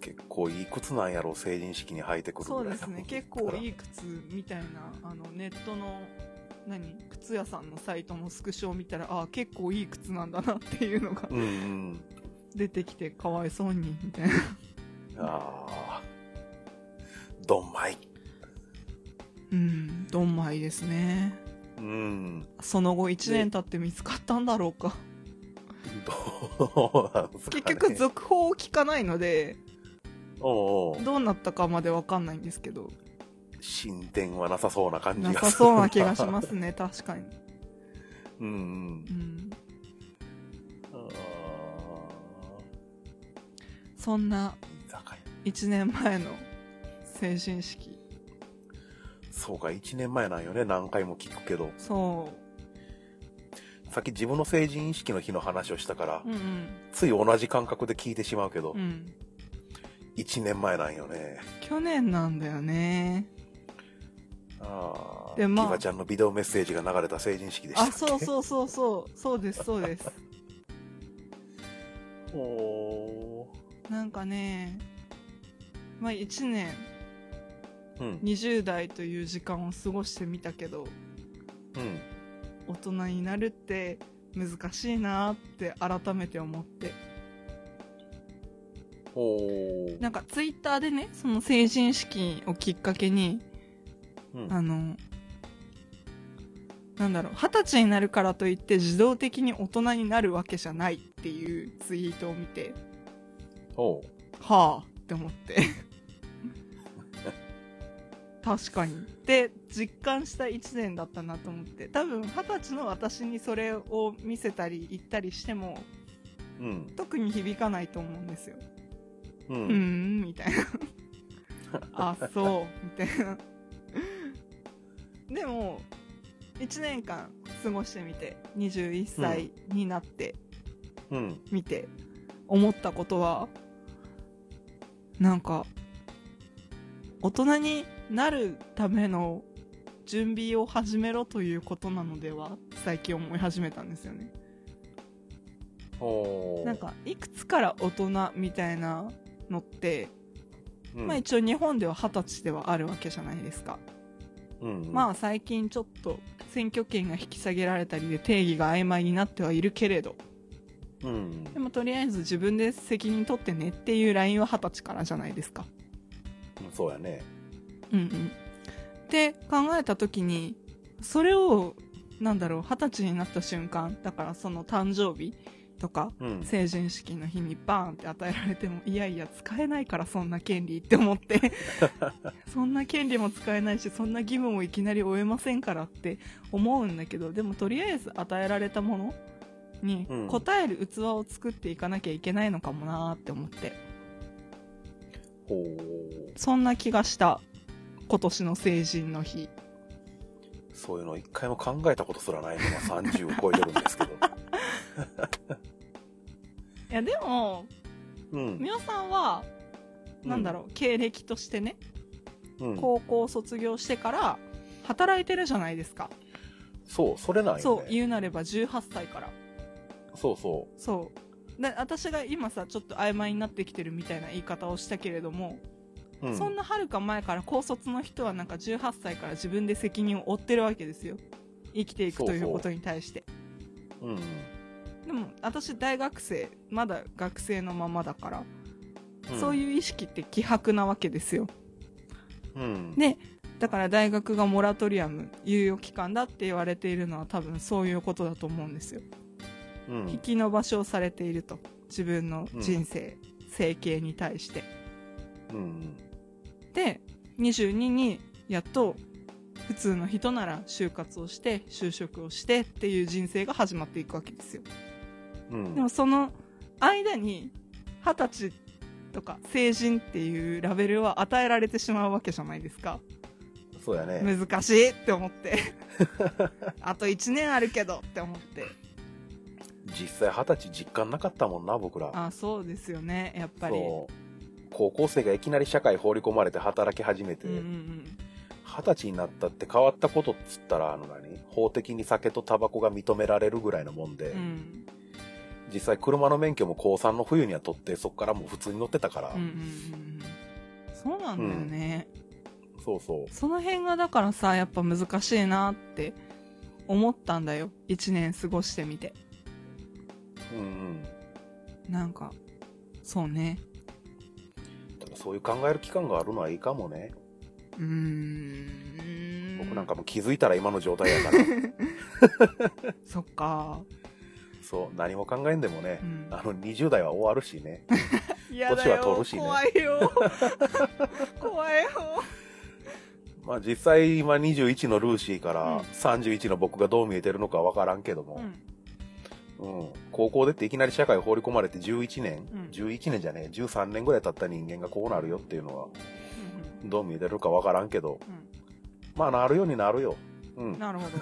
Speaker 1: 結構いい靴なんやろ成人式に履いてくる
Speaker 2: そうです ね結構い
Speaker 1: い
Speaker 2: い靴みたいなあのネットの何靴屋さんのサイトのスクショを見たらああ結構いい靴なんだなっていうのが
Speaker 1: うんうん
Speaker 2: 出てきてかわいそうにみたいな
Speaker 1: ああドンマイ
Speaker 2: うんドンマイですね
Speaker 1: うん
Speaker 2: その後1年経って見つかったんだろうか
Speaker 1: どうなんすか、ね、
Speaker 2: 結局続報を聞かないので
Speaker 1: おうおう
Speaker 2: どうなったかまでわかんないんですけど
Speaker 1: 進展はなさそうな感じが
Speaker 2: な
Speaker 1: する
Speaker 2: さそうな気がします ね確かに、
Speaker 1: うんうん
Speaker 2: うん、
Speaker 1: あ
Speaker 2: そんな
Speaker 1: ー居酒屋
Speaker 2: 1年前の成人式
Speaker 1: そうか1年前なんよね何回も聞くけど
Speaker 2: そ
Speaker 1: さっき自分の成人式の日の話をしたから、
Speaker 2: ううんうん
Speaker 1: つい同じ感覚で聞いてしまうけど、
Speaker 2: うん、
Speaker 1: 1年前なんよね
Speaker 2: 去年なんだよね
Speaker 1: あ
Speaker 2: で
Speaker 1: で
Speaker 2: まあ
Speaker 1: キバちゃんのビデオメッセージが流れた成人式でしたっ
Speaker 2: あ
Speaker 1: け
Speaker 2: そうそうそうそうそうですそうです
Speaker 1: うお
Speaker 2: なんかねまあ1年
Speaker 1: ーうん
Speaker 2: 20代という時間を過ごしてみたけど
Speaker 1: うん
Speaker 2: 大人になるって難しいなって改めて思って
Speaker 1: おお
Speaker 2: なんかツイッターでねその成人式をきっかけに
Speaker 1: うん
Speaker 2: あのなんだろう二十歳になるからといって自動的に大人になるわけじゃないっていうツイートを見て
Speaker 1: おう
Speaker 2: はあって思って 確かにって実感した1年だったなと思って多分二十歳の私にそれを見せたり言ったりしても
Speaker 1: うん
Speaker 2: 特に響かないと思うんですよ
Speaker 1: う
Speaker 2: うんーんみたいなあそうみたいなでも1年間過ごしてみて21歳になって
Speaker 1: うん
Speaker 2: みて思ったことはなんか大人になるための準備を始めろということなのでは最近思い始めたんですよね
Speaker 1: おー
Speaker 2: なんかいくつから大人みたいなのって
Speaker 1: うん
Speaker 2: まあ一応日本では二十歳ではあるわけじゃないですか、
Speaker 1: うん
Speaker 2: まあ最近ちょっと選挙権が引き下げられたりで定義が曖昧になってはいるけれど
Speaker 1: うん
Speaker 2: でもとりあえず自分で責任取ってねっていうラインは二十歳からじゃないですか
Speaker 1: うんそうやね
Speaker 2: うんうんって考えた時にそれをなんだろう二十歳になった瞬間だからその誕生日とか
Speaker 1: うん
Speaker 2: 成人式の日にバーンって与えられてもいやいや使えないからそんな権利って思ってそんな権利も使えないしそんな義務もいきなり負えませんからって思うんだけどでもとりあえず与えられたものに
Speaker 1: うん
Speaker 2: 応える器を作っていかなきゃいけないのかもなーって思って
Speaker 1: おー
Speaker 2: そんな気がした今年の成人の日
Speaker 1: そういうの一回も考えたことすらないのが30を超えてるんです けど
Speaker 2: いやでも
Speaker 1: うん
Speaker 2: 美、桜さんはなんだろう、経歴としてね
Speaker 1: うん
Speaker 2: 高校卒業してから働いてるじゃないですか
Speaker 1: そうそれなんよね
Speaker 2: そう言うなれば18歳から
Speaker 1: そうそ
Speaker 2: そうで私が今さちょっと曖昧になってきてるみたいな言い方をしたけれども、
Speaker 1: う、うん、
Speaker 2: そんなはるか前から高卒の人はなんか18歳から自分で責任を負ってるわけですよ生きていくということに対して
Speaker 1: うんうん
Speaker 2: でも私大学生まだ学生のままだから、
Speaker 1: うん、
Speaker 2: そういう意識って希薄なわけですよ
Speaker 1: うん、
Speaker 2: でだから大学がモラトリアム猶予期間だって言われているのは多分そういうことだと思うんですよ
Speaker 1: う
Speaker 2: 引
Speaker 1: ん、
Speaker 2: き延ばしをされていると自分の人生、生計に対して
Speaker 1: うん、
Speaker 2: で22にやっと普通の人なら就活をして就職をしてっていう人生が始まっていくわけですよ
Speaker 1: うん、
Speaker 2: でもその間に二十歳とか成人っていうラベルは与えられてしまうわけじゃないですか
Speaker 1: そうやね、
Speaker 2: 難しいって思って あと1年あるけどって思って
Speaker 1: 実際二十歳実感なかったもんな僕ら
Speaker 2: あそうですよねやっぱり
Speaker 1: そう高校生がいきなり社会放り込まれて働き始めて
Speaker 2: うんうんうん
Speaker 1: 二十歳になったって変わったことっつったらあの何法的に酒とタバコが認められるぐらいのもんで、
Speaker 2: うん
Speaker 1: 実際車の免許も高3の冬には取ってそっからもう普通に乗ってたから、
Speaker 2: うんうんうんうんそうなんだよね、
Speaker 1: そうそう
Speaker 2: その辺がだからさやっぱ難しいなって思ったんだよ1年過ごしてみて
Speaker 1: うんうん
Speaker 2: なんかそうね
Speaker 1: だからそういう考える期間があるのはいいかもね、
Speaker 2: うーん
Speaker 1: 僕なんかもう気づいたら今の状態やから
Speaker 2: そっか
Speaker 1: そう何も考えんでもね、
Speaker 2: うん
Speaker 1: あの20代は終わる しね
Speaker 2: 嫌
Speaker 1: 年は取るしね
Speaker 2: 怖いよ 怖いよ
Speaker 1: まあ実際今21のルーシーか
Speaker 2: うん
Speaker 1: ら31の僕がどう見えてるのかわからんけども
Speaker 2: う、ん
Speaker 1: うん、高校出ていきなり社会放り込まれて11年、
Speaker 2: うん
Speaker 1: 11年じゃねえ13年ぐらい経った人間がこうなるよっていうのは
Speaker 2: う
Speaker 1: どう見えてるかわからんけど
Speaker 2: ん
Speaker 1: まあなるようになるよう
Speaker 2: うん
Speaker 1: ん
Speaker 2: なるほど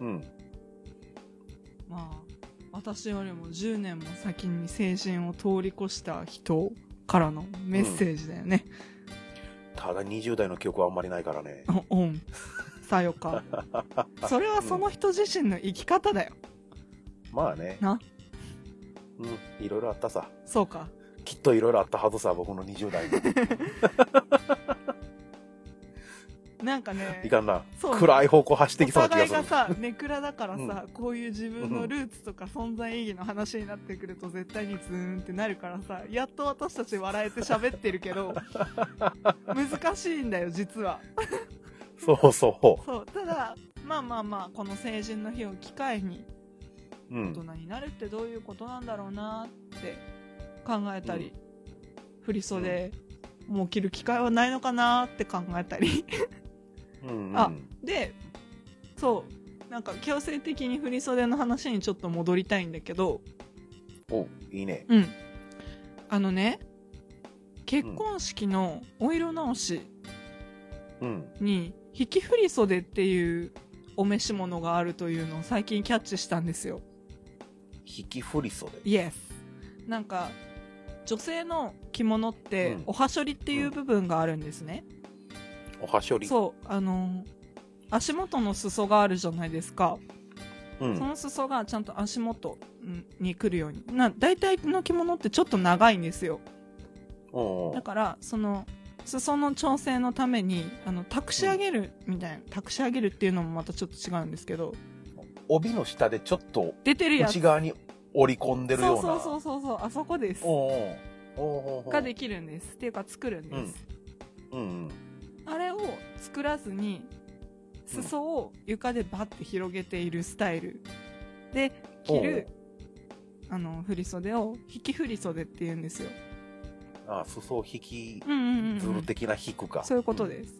Speaker 1: うん
Speaker 2: まあ私よりも10年も先に成人を通り越した人からのメッセージだよね、
Speaker 1: ただ20代の記憶はあんまりないからね
Speaker 2: おうんさよ かそれはその人自身の生き方だよ
Speaker 1: まあね
Speaker 2: な
Speaker 1: うんいろいろあったさ
Speaker 2: そうか
Speaker 1: きっといろいろあったはずさ僕の20代 に
Speaker 2: なんかね
Speaker 1: いかんな
Speaker 2: そう
Speaker 1: 暗い方向走って
Speaker 2: お
Speaker 1: きそうな気
Speaker 2: 互
Speaker 1: が
Speaker 2: い
Speaker 1: する
Speaker 2: が さネクラだからさ、こういう自分のルーツとか存在意義の話になってくると絶対にズーンってなるからさやっと私たち笑えて喋ってるけ ど難しいんだよ実は
Speaker 1: そうそ
Speaker 2: そうただまあまあまあこの成人の日を機会に
Speaker 1: う、う
Speaker 2: 大人
Speaker 1: ん、
Speaker 2: になるってどういうことなんだろうなって考えたり、振り袖、もう着る機会はないのかなって考えたり
Speaker 1: うんうん
Speaker 2: あでそうなんか強制的に振り袖の話にちょっと戻りたいんだけど
Speaker 1: おいいね
Speaker 2: うんあのね結婚式のお色直し
Speaker 1: うん
Speaker 2: に引き振り袖っていうお召し物があるというのを最近キャッチしたんですよ
Speaker 1: 引き振り袖
Speaker 2: イエスなんか女性の着物って
Speaker 1: うん
Speaker 2: おはしょりっていう部分があるんですね、
Speaker 1: おはしょり
Speaker 2: そうあのー足元の裾があるじゃないですか、
Speaker 1: う、ん、
Speaker 2: その裾がちゃんと足元うんに来るようにな大体の着物ってちょっと長いんですよ
Speaker 1: おうお
Speaker 2: だ
Speaker 1: う
Speaker 2: からその裾の調整のためにあの託し上げるみたいな、託し上げるっていうのもまたちょっと違うんですけど
Speaker 1: 帯の下でちょっと
Speaker 2: 出てるやつ
Speaker 1: 内側に折り込んでるような
Speaker 2: そうそうそうそうそうあそこです
Speaker 1: おうおうおうおうおう
Speaker 2: ができるんですっていうか作るんです、
Speaker 1: うんうん
Speaker 2: あれを作らずに裾を床でバッて広げているスタイルで着るあの振り袖を引き振り袖って言うんですよ。
Speaker 1: うん、あ裾を引き
Speaker 2: うんうんうん
Speaker 1: ズ
Speaker 2: う
Speaker 1: ル
Speaker 2: ん、
Speaker 1: 的な引くか、
Speaker 2: そういうことです。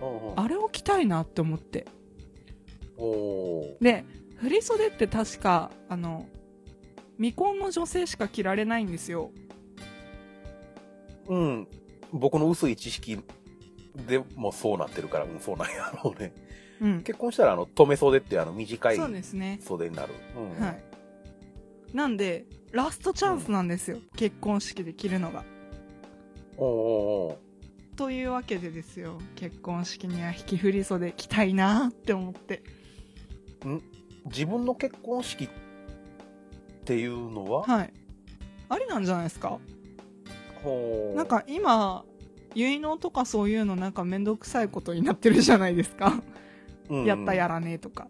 Speaker 1: うんおう
Speaker 2: あれを着たいなって思って。
Speaker 1: おう
Speaker 2: で振り袖って確かあの未婚の女性しか着られないんですよ。
Speaker 1: うん僕の薄い知識でもそうなってるから、うん、そうなんやろうね
Speaker 2: うん、
Speaker 1: 結婚したらあの止め袖っていうあの短い
Speaker 2: そうですね、
Speaker 1: 袖になるうん
Speaker 2: はい、なんでラストチャンスなんですよ、結婚式で着るのが。
Speaker 1: おうおうおう
Speaker 2: というわけでですよ結婚式には引き振り袖着たいなって思って
Speaker 1: 自分の結婚式っていうのは、
Speaker 2: はいありなんじゃないですか
Speaker 1: ほう
Speaker 2: なんか今結納とかそういうのなんか面倒くさいことになってるじゃないですか
Speaker 1: うん
Speaker 2: やったやらねえとか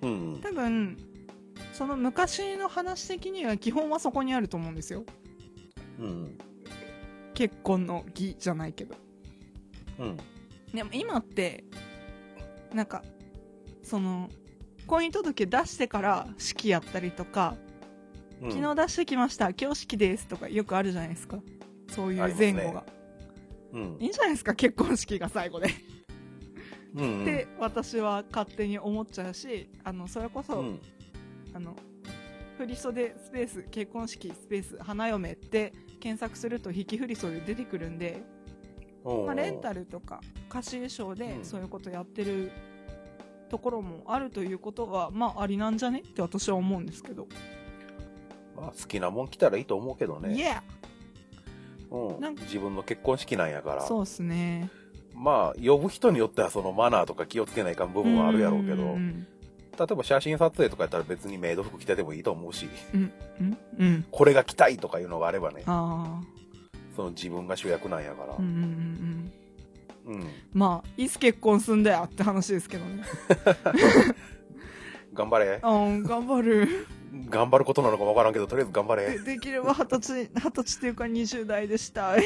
Speaker 1: うんうん
Speaker 2: 多分その昔の話的には基本はそこにあると思うんですよ
Speaker 1: うん
Speaker 2: 結婚の儀じゃないけど
Speaker 1: うん
Speaker 2: でも今ってなんかその婚姻届出してから式やったりとか
Speaker 1: うん
Speaker 2: 昨日出してきました今日式ですとかよくあるじゃないですかそういう前後
Speaker 1: あり
Speaker 2: が、
Speaker 1: まうん
Speaker 2: いいんじゃないですか結婚式が最後で、
Speaker 1: うんうん
Speaker 2: って私は勝手に思っちゃうしあのそれこそ、
Speaker 1: うん
Speaker 2: あの振り袖スペース結婚式スペース花嫁って検索すると引き振り袖出てくるんで、
Speaker 1: おうおう
Speaker 2: まあ、レンタルとか貸し衣装で
Speaker 1: うん
Speaker 2: そういうことやってるところもあるということはまあありなんじゃねって私は思うんですけど、
Speaker 1: まあ、好きなもん来たらいいと思うけど
Speaker 2: イ
Speaker 1: ね、
Speaker 2: エ
Speaker 1: うん
Speaker 2: なん、か
Speaker 1: 自分の結婚式なんやか
Speaker 2: ー
Speaker 1: ら
Speaker 2: そうっすね
Speaker 1: まあ呼ぶ人によってはそのマナーとか気をつけないかん部分はあるやろうけど
Speaker 2: んん
Speaker 1: 例えば写真撮影とかやったら別にメイド服着ててもいいと思うし
Speaker 2: うんうんうん
Speaker 1: これが着たいとかいうのがあればね
Speaker 2: ああ
Speaker 1: その自分が主役なんやから、
Speaker 2: うんうんうんうん
Speaker 1: うん
Speaker 2: まあいつ結婚すんだよって話ですけどね
Speaker 1: 頑張れ
Speaker 2: あー頑張る
Speaker 1: 頑張ることなのか分からんけどとりあえず頑 張
Speaker 2: で
Speaker 1: れ
Speaker 2: できれば二十歳二十歳っていうか20代でしたい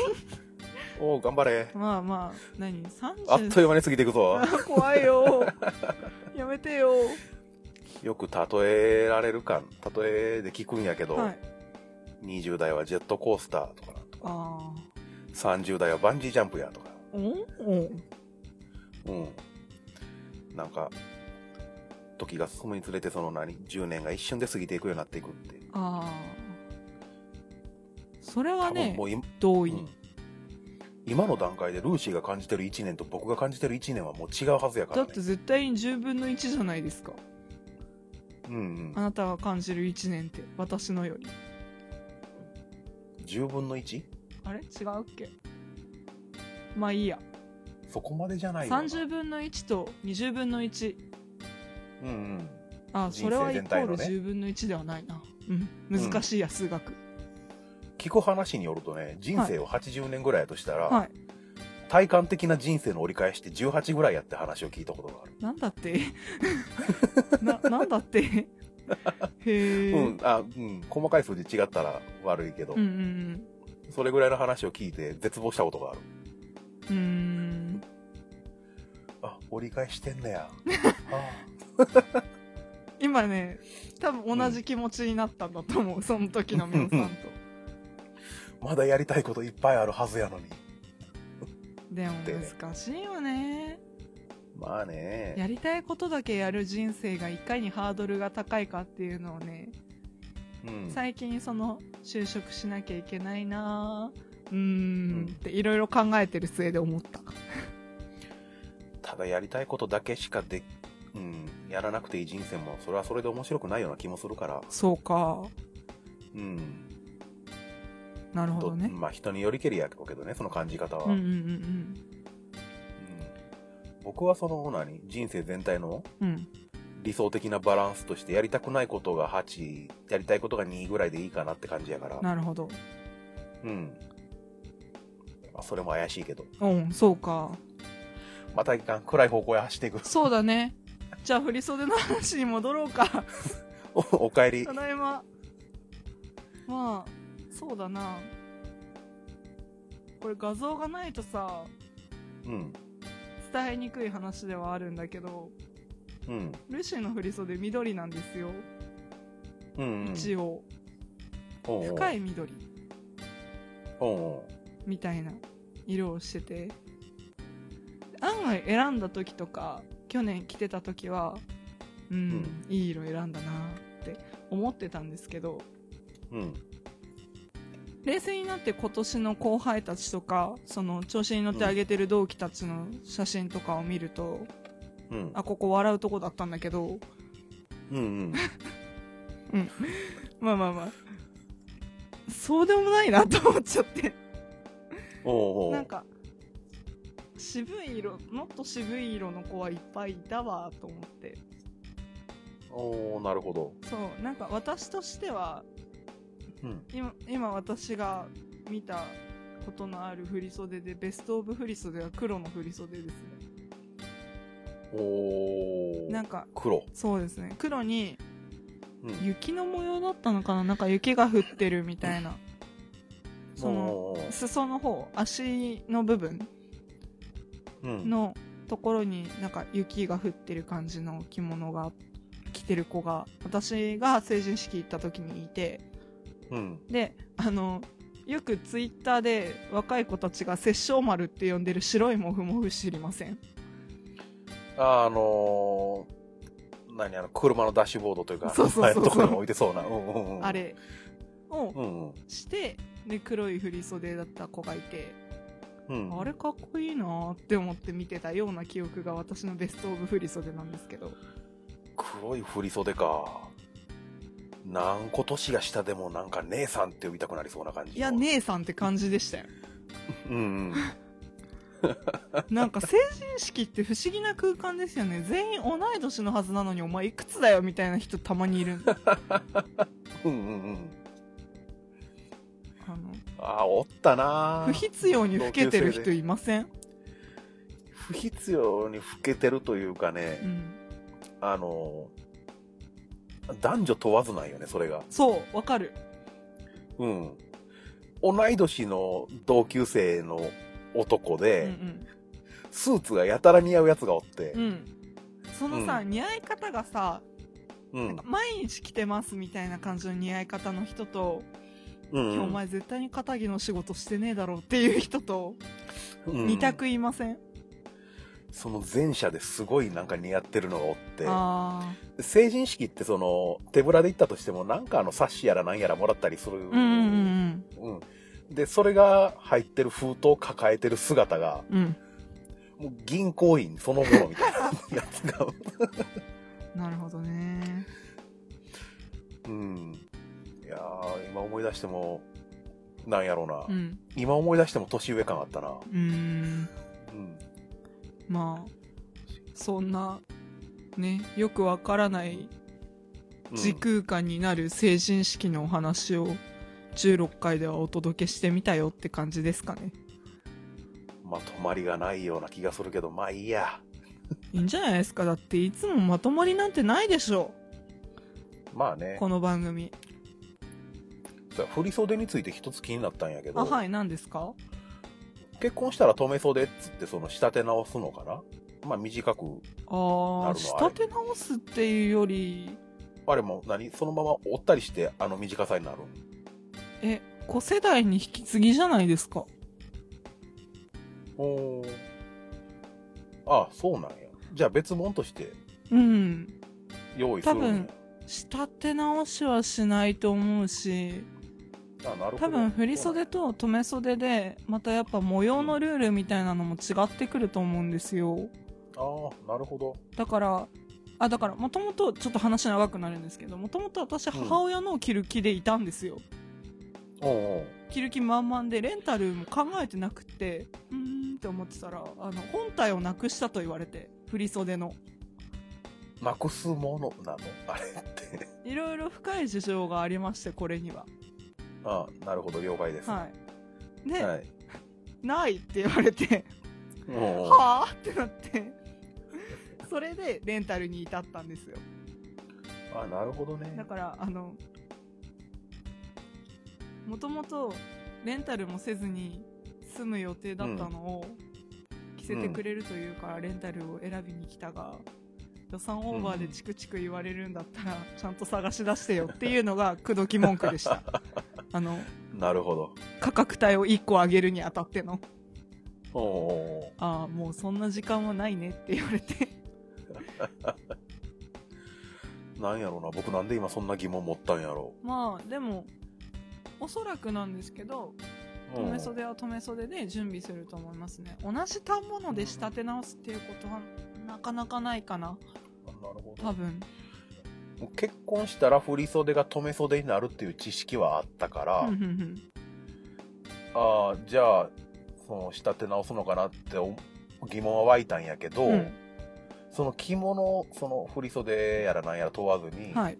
Speaker 1: おう頑張れ
Speaker 2: まあまあ何30
Speaker 1: あっという間に過ぎていくぞ
Speaker 2: あー怖い よやめてよ
Speaker 1: よく例えられるか例えで聞くんやけど、
Speaker 2: はい
Speaker 1: 20代はジェットコースターとかなんとか
Speaker 2: あ
Speaker 1: 30代はバンジージャンプやとか
Speaker 2: あおん
Speaker 1: うん。なんか、時が進むにつれて、その何、10年が一瞬で過ぎていくようになっていくって。
Speaker 2: ああそれは
Speaker 1: 多分
Speaker 2: ね
Speaker 1: もう今、
Speaker 2: 同
Speaker 1: う
Speaker 2: 意
Speaker 1: ん今の段階でルーシーが感じてる1年と僕が感じてる1年はもう違うはずやか
Speaker 2: だ
Speaker 1: ら、
Speaker 2: っ
Speaker 1: ね。
Speaker 2: て絶対に10分の1じゃないですか
Speaker 1: うんうん
Speaker 2: あ。なたが感じる1年って私のより
Speaker 1: 10分の 1?
Speaker 2: あれ違うっけまあいいや
Speaker 1: そこまでじゃないよな
Speaker 2: 30分の1と20分の1
Speaker 1: うんうん
Speaker 2: あ
Speaker 1: 人生
Speaker 2: それはイコ
Speaker 1: 全体
Speaker 2: ー
Speaker 1: の
Speaker 2: ル
Speaker 1: ね
Speaker 2: 10分の1ではないな、うん、難しいや数学、
Speaker 1: 聞く話によるとね人生を80年ぐらいやとしたら、
Speaker 2: はい
Speaker 1: 体感的な人生の折り返しって18ぐらいやって話を聞いたことがある、
Speaker 2: なんだって ななんだってへえ、
Speaker 1: うんあうん、細かい数字違ったら悪いけど、
Speaker 2: うんうん
Speaker 1: それぐらいの話を聞いて絶望したことがある
Speaker 2: うんうーん
Speaker 1: あ折り返してん ねやあ
Speaker 2: 今ね多分同じ気持ちになったんだと思う、その時のみおさんと
Speaker 1: あまだやりたいこといっぱいあるはずやのに
Speaker 2: でも
Speaker 1: でね
Speaker 2: 難しいよね
Speaker 1: まあね
Speaker 2: やりたいことだけやる人生がいかにハードルが高いかっていうのをね
Speaker 1: うん、
Speaker 2: 最近その就職しなきゃいけないなぁうーんっていろいろ考えてる末で思った
Speaker 1: ただやりたいことだけしかで、うん、やらなくていい人生もそれはそれで面白くないような気もするから、
Speaker 2: そうか
Speaker 1: うん
Speaker 2: なるほ
Speaker 1: と
Speaker 2: どね
Speaker 1: まあ、人によりけりやけどねその感じ方は、
Speaker 2: うんうん
Speaker 1: うん僕はその何人生全体の
Speaker 2: うんうんうん
Speaker 1: 理想的なバランスとしてやりたくないことが8やりたいことが2ぐらいでいいかなって感じやから
Speaker 2: なるほど
Speaker 1: うんまあそれも怪しいけど
Speaker 2: うんそうか
Speaker 1: また一旦暗い方向へ走っていく
Speaker 2: そうだねじゃあ振り袖の話に戻ろうか
Speaker 1: おおかえり
Speaker 2: ただいままあそうだなこれ画像がないとさ
Speaker 1: うん
Speaker 2: 伝えにくい話ではあるんだけど
Speaker 1: うん
Speaker 2: ルシーの振り袖緑なんですよ、
Speaker 1: うんうん
Speaker 2: 一応
Speaker 1: おうおう
Speaker 2: 深い緑
Speaker 1: おうお
Speaker 2: みたいな色をしてて案外選んだ時とか去年着てた時はうん、いい色選んだなって思ってたんですけど
Speaker 1: ううん
Speaker 2: 冷静になって今年の後輩たちとかその調子に乗ってあげてる同期たちの写真とかを見ると、
Speaker 1: うん
Speaker 2: あここ笑うとこだったんだけど
Speaker 1: うんうん
Speaker 2: まあまあまあそうでもないなと思っちゃって
Speaker 1: おうおう
Speaker 2: なんか渋い色もっと渋い色の子はいっぱいいたわと思って
Speaker 1: おおなるほど
Speaker 2: そうなんか私としては
Speaker 1: うん
Speaker 2: 今今私が見たことのある振袖でベストオブ振袖は黒の振袖ですね
Speaker 1: おお
Speaker 2: なんか
Speaker 1: 黒
Speaker 2: そうですね黒に
Speaker 1: うん
Speaker 2: 雪の模様だったのかななんか雪が降ってるみたいなその
Speaker 1: おうおう
Speaker 2: 裾の方足の部分
Speaker 1: うん
Speaker 2: のところになんか雪が降ってる感じの着物が着てる子が私が成人式行った時にいて
Speaker 1: うん
Speaker 2: であのよくツイッターで若い子たちが殺生丸って呼んでる白いモフモフ知りません
Speaker 1: ああのー、何あの、車のダッシュボードというか、
Speaker 2: そうそうそうそう
Speaker 1: 前のところに置いてそうな。うんうんうん、
Speaker 2: あ。れを
Speaker 1: うんうん。
Speaker 2: してで黒い振り袖だった子がいて
Speaker 1: うん、
Speaker 2: あれかっこいいなーって思って見てたような記憶が私のベストオブ振り袖なんですけど
Speaker 1: 黒い振り袖か。何個年が下でもなんか姉さんって呼びたくなりそうな感
Speaker 2: い
Speaker 1: じ。
Speaker 2: や。姉さんって感じで したよ
Speaker 1: うん
Speaker 2: なんか成人式って不思議な空間ですよね全員同い年のはずなのにお前いくつだよみたいな人たまにい る
Speaker 1: うん。うんうんうん。
Speaker 2: あの
Speaker 1: ああ、おったな
Speaker 2: 不必要に老けてる人いません、
Speaker 1: 不必要に老けてるというかね、
Speaker 2: うん、
Speaker 1: あのー、男女問わずなんよね、それが。
Speaker 2: そうわかる
Speaker 1: うん。同い年の同級生の男
Speaker 2: うん
Speaker 1: で、
Speaker 2: うん
Speaker 1: スーツがやたら似合うやつがおって
Speaker 2: う、んそのさ、
Speaker 1: う
Speaker 2: 似合い方がさ
Speaker 1: うん。うん
Speaker 2: 毎日着てますみたいな感じの似合い方の人と、
Speaker 1: うん
Speaker 2: 今日お前絶対に肩着の仕事してねえだろうっていう人と
Speaker 1: うん
Speaker 2: 二択いません、
Speaker 1: その前者ですごいなんか似合ってるのがおって、
Speaker 2: あ
Speaker 1: 成人式ってその手ぶらで行ったとしても、なんかあの冊子やらなんやらもらったりする。
Speaker 2: あうんうん
Speaker 1: うんで、それが入ってる封筒を抱えてる姿が、
Speaker 2: うんうん
Speaker 1: もう銀行員そのものみたいなやつ が、
Speaker 2: なるほどね
Speaker 1: うん。いやー、今思い出しても、なんやろうな、
Speaker 2: うん
Speaker 1: 今思い出しても年上感あったな、
Speaker 2: うーん
Speaker 1: うん、
Speaker 2: まあそんなねよくわからない
Speaker 1: うん
Speaker 2: 時空間になる成人式のお話を16回ではお届けしてみたよって感じですかね
Speaker 1: まとまりがないような気がするけどまあいいや
Speaker 2: いいんじゃないですかだっていつもまとまりなんてないでしょ
Speaker 1: まあね
Speaker 2: この番組
Speaker 1: そう振り袖について一つ気になったんやけど、
Speaker 2: あはい何ですか
Speaker 1: 結婚したら止め袖っつってその仕立て直すのかなまあ短く
Speaker 2: あー
Speaker 1: なる
Speaker 2: 仕
Speaker 1: ほど
Speaker 2: 立て直すっていうより
Speaker 1: あれも何そのまま折ったりしてあの短さになるん
Speaker 2: え子世代に引き継ぎじゃないですか
Speaker 1: おーあそうなんやじゃあ別物として
Speaker 2: うん
Speaker 1: 用意するんや
Speaker 2: 多分仕立て直しはしないと思うし
Speaker 1: あなるほど
Speaker 2: 多分振り袖と留め袖でまたやっぱ模様のルールみたいなのも違ってくると思うんですよ
Speaker 1: ああなるほど
Speaker 2: だからあだからもともとちょっと話長くなるんですけどもともと私母親のを着る気でいたんですよ、
Speaker 1: おうおう
Speaker 2: 着る気満々でレンタルも考えてなくてうーんって思ってたらあの本体をなくしたと言われて振り袖の
Speaker 1: なくすものなのあれって
Speaker 2: いろいろ深い事情がありましてこれには
Speaker 1: ああなるほど了解です
Speaker 2: はいで、
Speaker 1: はい
Speaker 2: ないって言われて
Speaker 1: おうおう
Speaker 2: はあってなってそれでレンタルに至ったんですよ
Speaker 1: あなるほどね
Speaker 2: だからあのもともとレンタルもせずに住む予定だったのを着せてくれるというからレンタルを選びに来たが予算オーバーでチクチク言われるんだったらちゃんと探し出してよっていうの が口説き文句でしたあの
Speaker 1: なるほど
Speaker 2: 価格帯を1個上げるにあたっての
Speaker 1: おうおうおう
Speaker 2: ああもうそんな時間はないねって言われて
Speaker 1: なんやろうな僕なんで今そんな疑問持ったんやろ
Speaker 2: まあでもおそらくなんですけど
Speaker 1: う
Speaker 2: 留め袖は留め袖で準備すると思いますね同じ反物で仕立て直すっていうことはなかなかないかな
Speaker 1: あなるほ
Speaker 2: 多
Speaker 1: ど
Speaker 2: 分
Speaker 1: 結婚したら振り袖が留め袖になるっていう知識はあったから、
Speaker 2: うんうんうん
Speaker 1: ああじゃあその仕立て直すのかなってお疑問は湧いたんやけど、
Speaker 2: うん
Speaker 1: その着物その振り袖やらなんやら問わずに、
Speaker 2: はい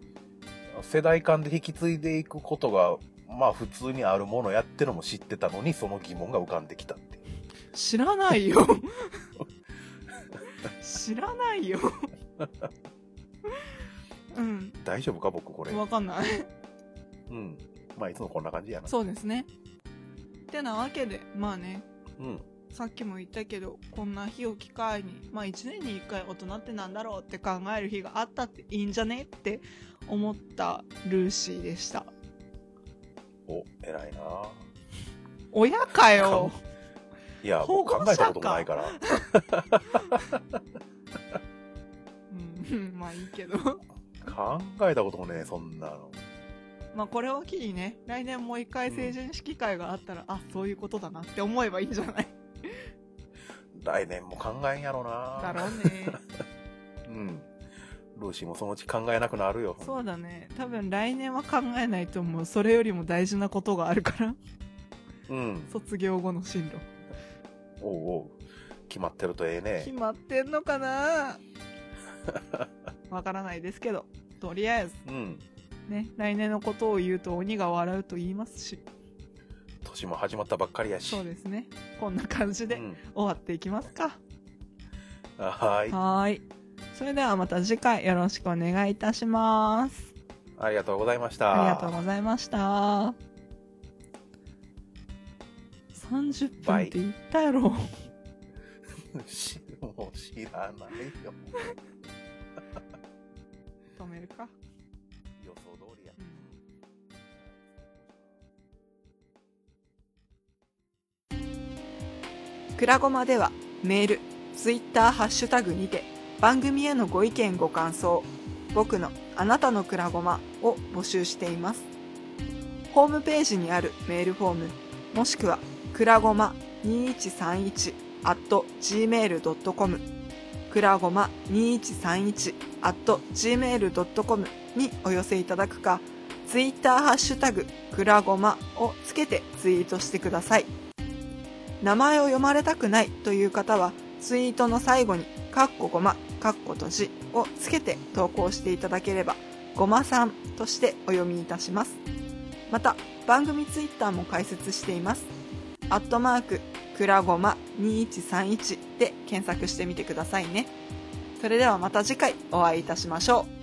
Speaker 1: 世代間で引き継いでいくことがまあ普通にあるものやってのも知ってたのにその疑問が浮かんできたっていう
Speaker 2: 知らないよ知らないようん
Speaker 1: 大丈夫か僕これ
Speaker 2: わかんない
Speaker 1: うんまあいつもこんな感じやな
Speaker 2: そうですねてなわけでまあね
Speaker 1: うん
Speaker 2: さっきも言ったけどこんな日を機会にまあ1年に1回大人ってなんだろうって考える日があったっていいんじゃねって思ったルーシーでした
Speaker 1: お偉いな
Speaker 2: 親かよ
Speaker 1: いや
Speaker 2: 保
Speaker 1: もう
Speaker 2: 護者
Speaker 1: 考えたこともないから
Speaker 2: うんま あいいけど
Speaker 1: 考えたこともねそんなの
Speaker 2: まあこれを機にね来年もう一回成人式会があったら、あそういうことだなって思えばいいんじゃない
Speaker 1: 来年も考えんやろな
Speaker 2: だろう ね
Speaker 1: うんルーシーもそのうち考えなくなるよ
Speaker 2: そうだね多分来年は考えないと思うそれよりも大事なことがあるから
Speaker 1: うん
Speaker 2: 卒業後の進路
Speaker 1: おうおう決まってるとええ
Speaker 2: 決
Speaker 1: ね
Speaker 2: まってんのか なわからないですけどとりあえず
Speaker 1: うん
Speaker 2: ね来年のことを言うと鬼が笑うと言いますし
Speaker 1: 年も始まったばっかりやし
Speaker 2: そうですねこんな感じで
Speaker 1: うん
Speaker 2: 終わっていきますか、
Speaker 1: はーい
Speaker 2: はーいそれではまた次回よろしくお願いいたします
Speaker 1: ありがとうございました
Speaker 2: ありがとうございました30分って言ったやろ
Speaker 1: 知 もう知らないよ
Speaker 2: 止めるか
Speaker 1: 予想通りや
Speaker 2: うんくらごまではメール、ツイッターハッシュタグにて番組へのご意見ご感想、僕のあなたのくらごまを募集しています。ホームページにあるメールフォーム、もしくはくらごま2131 at gmail.com くらごま2131 at gmail.com にお寄せいただくか、ツイッターハッシュタグくらごまをつけてツイートしてください名前を読まれたくないという方はツイートの最後に「かっこごま」「かっこ閉じ」をつけて投稿していただければごまさんとしてお読みいたしますまた番組ツイッターも開設していますアットマークくらごま2131で検索してみてくださいねそれではまた次回お会いいたしましょう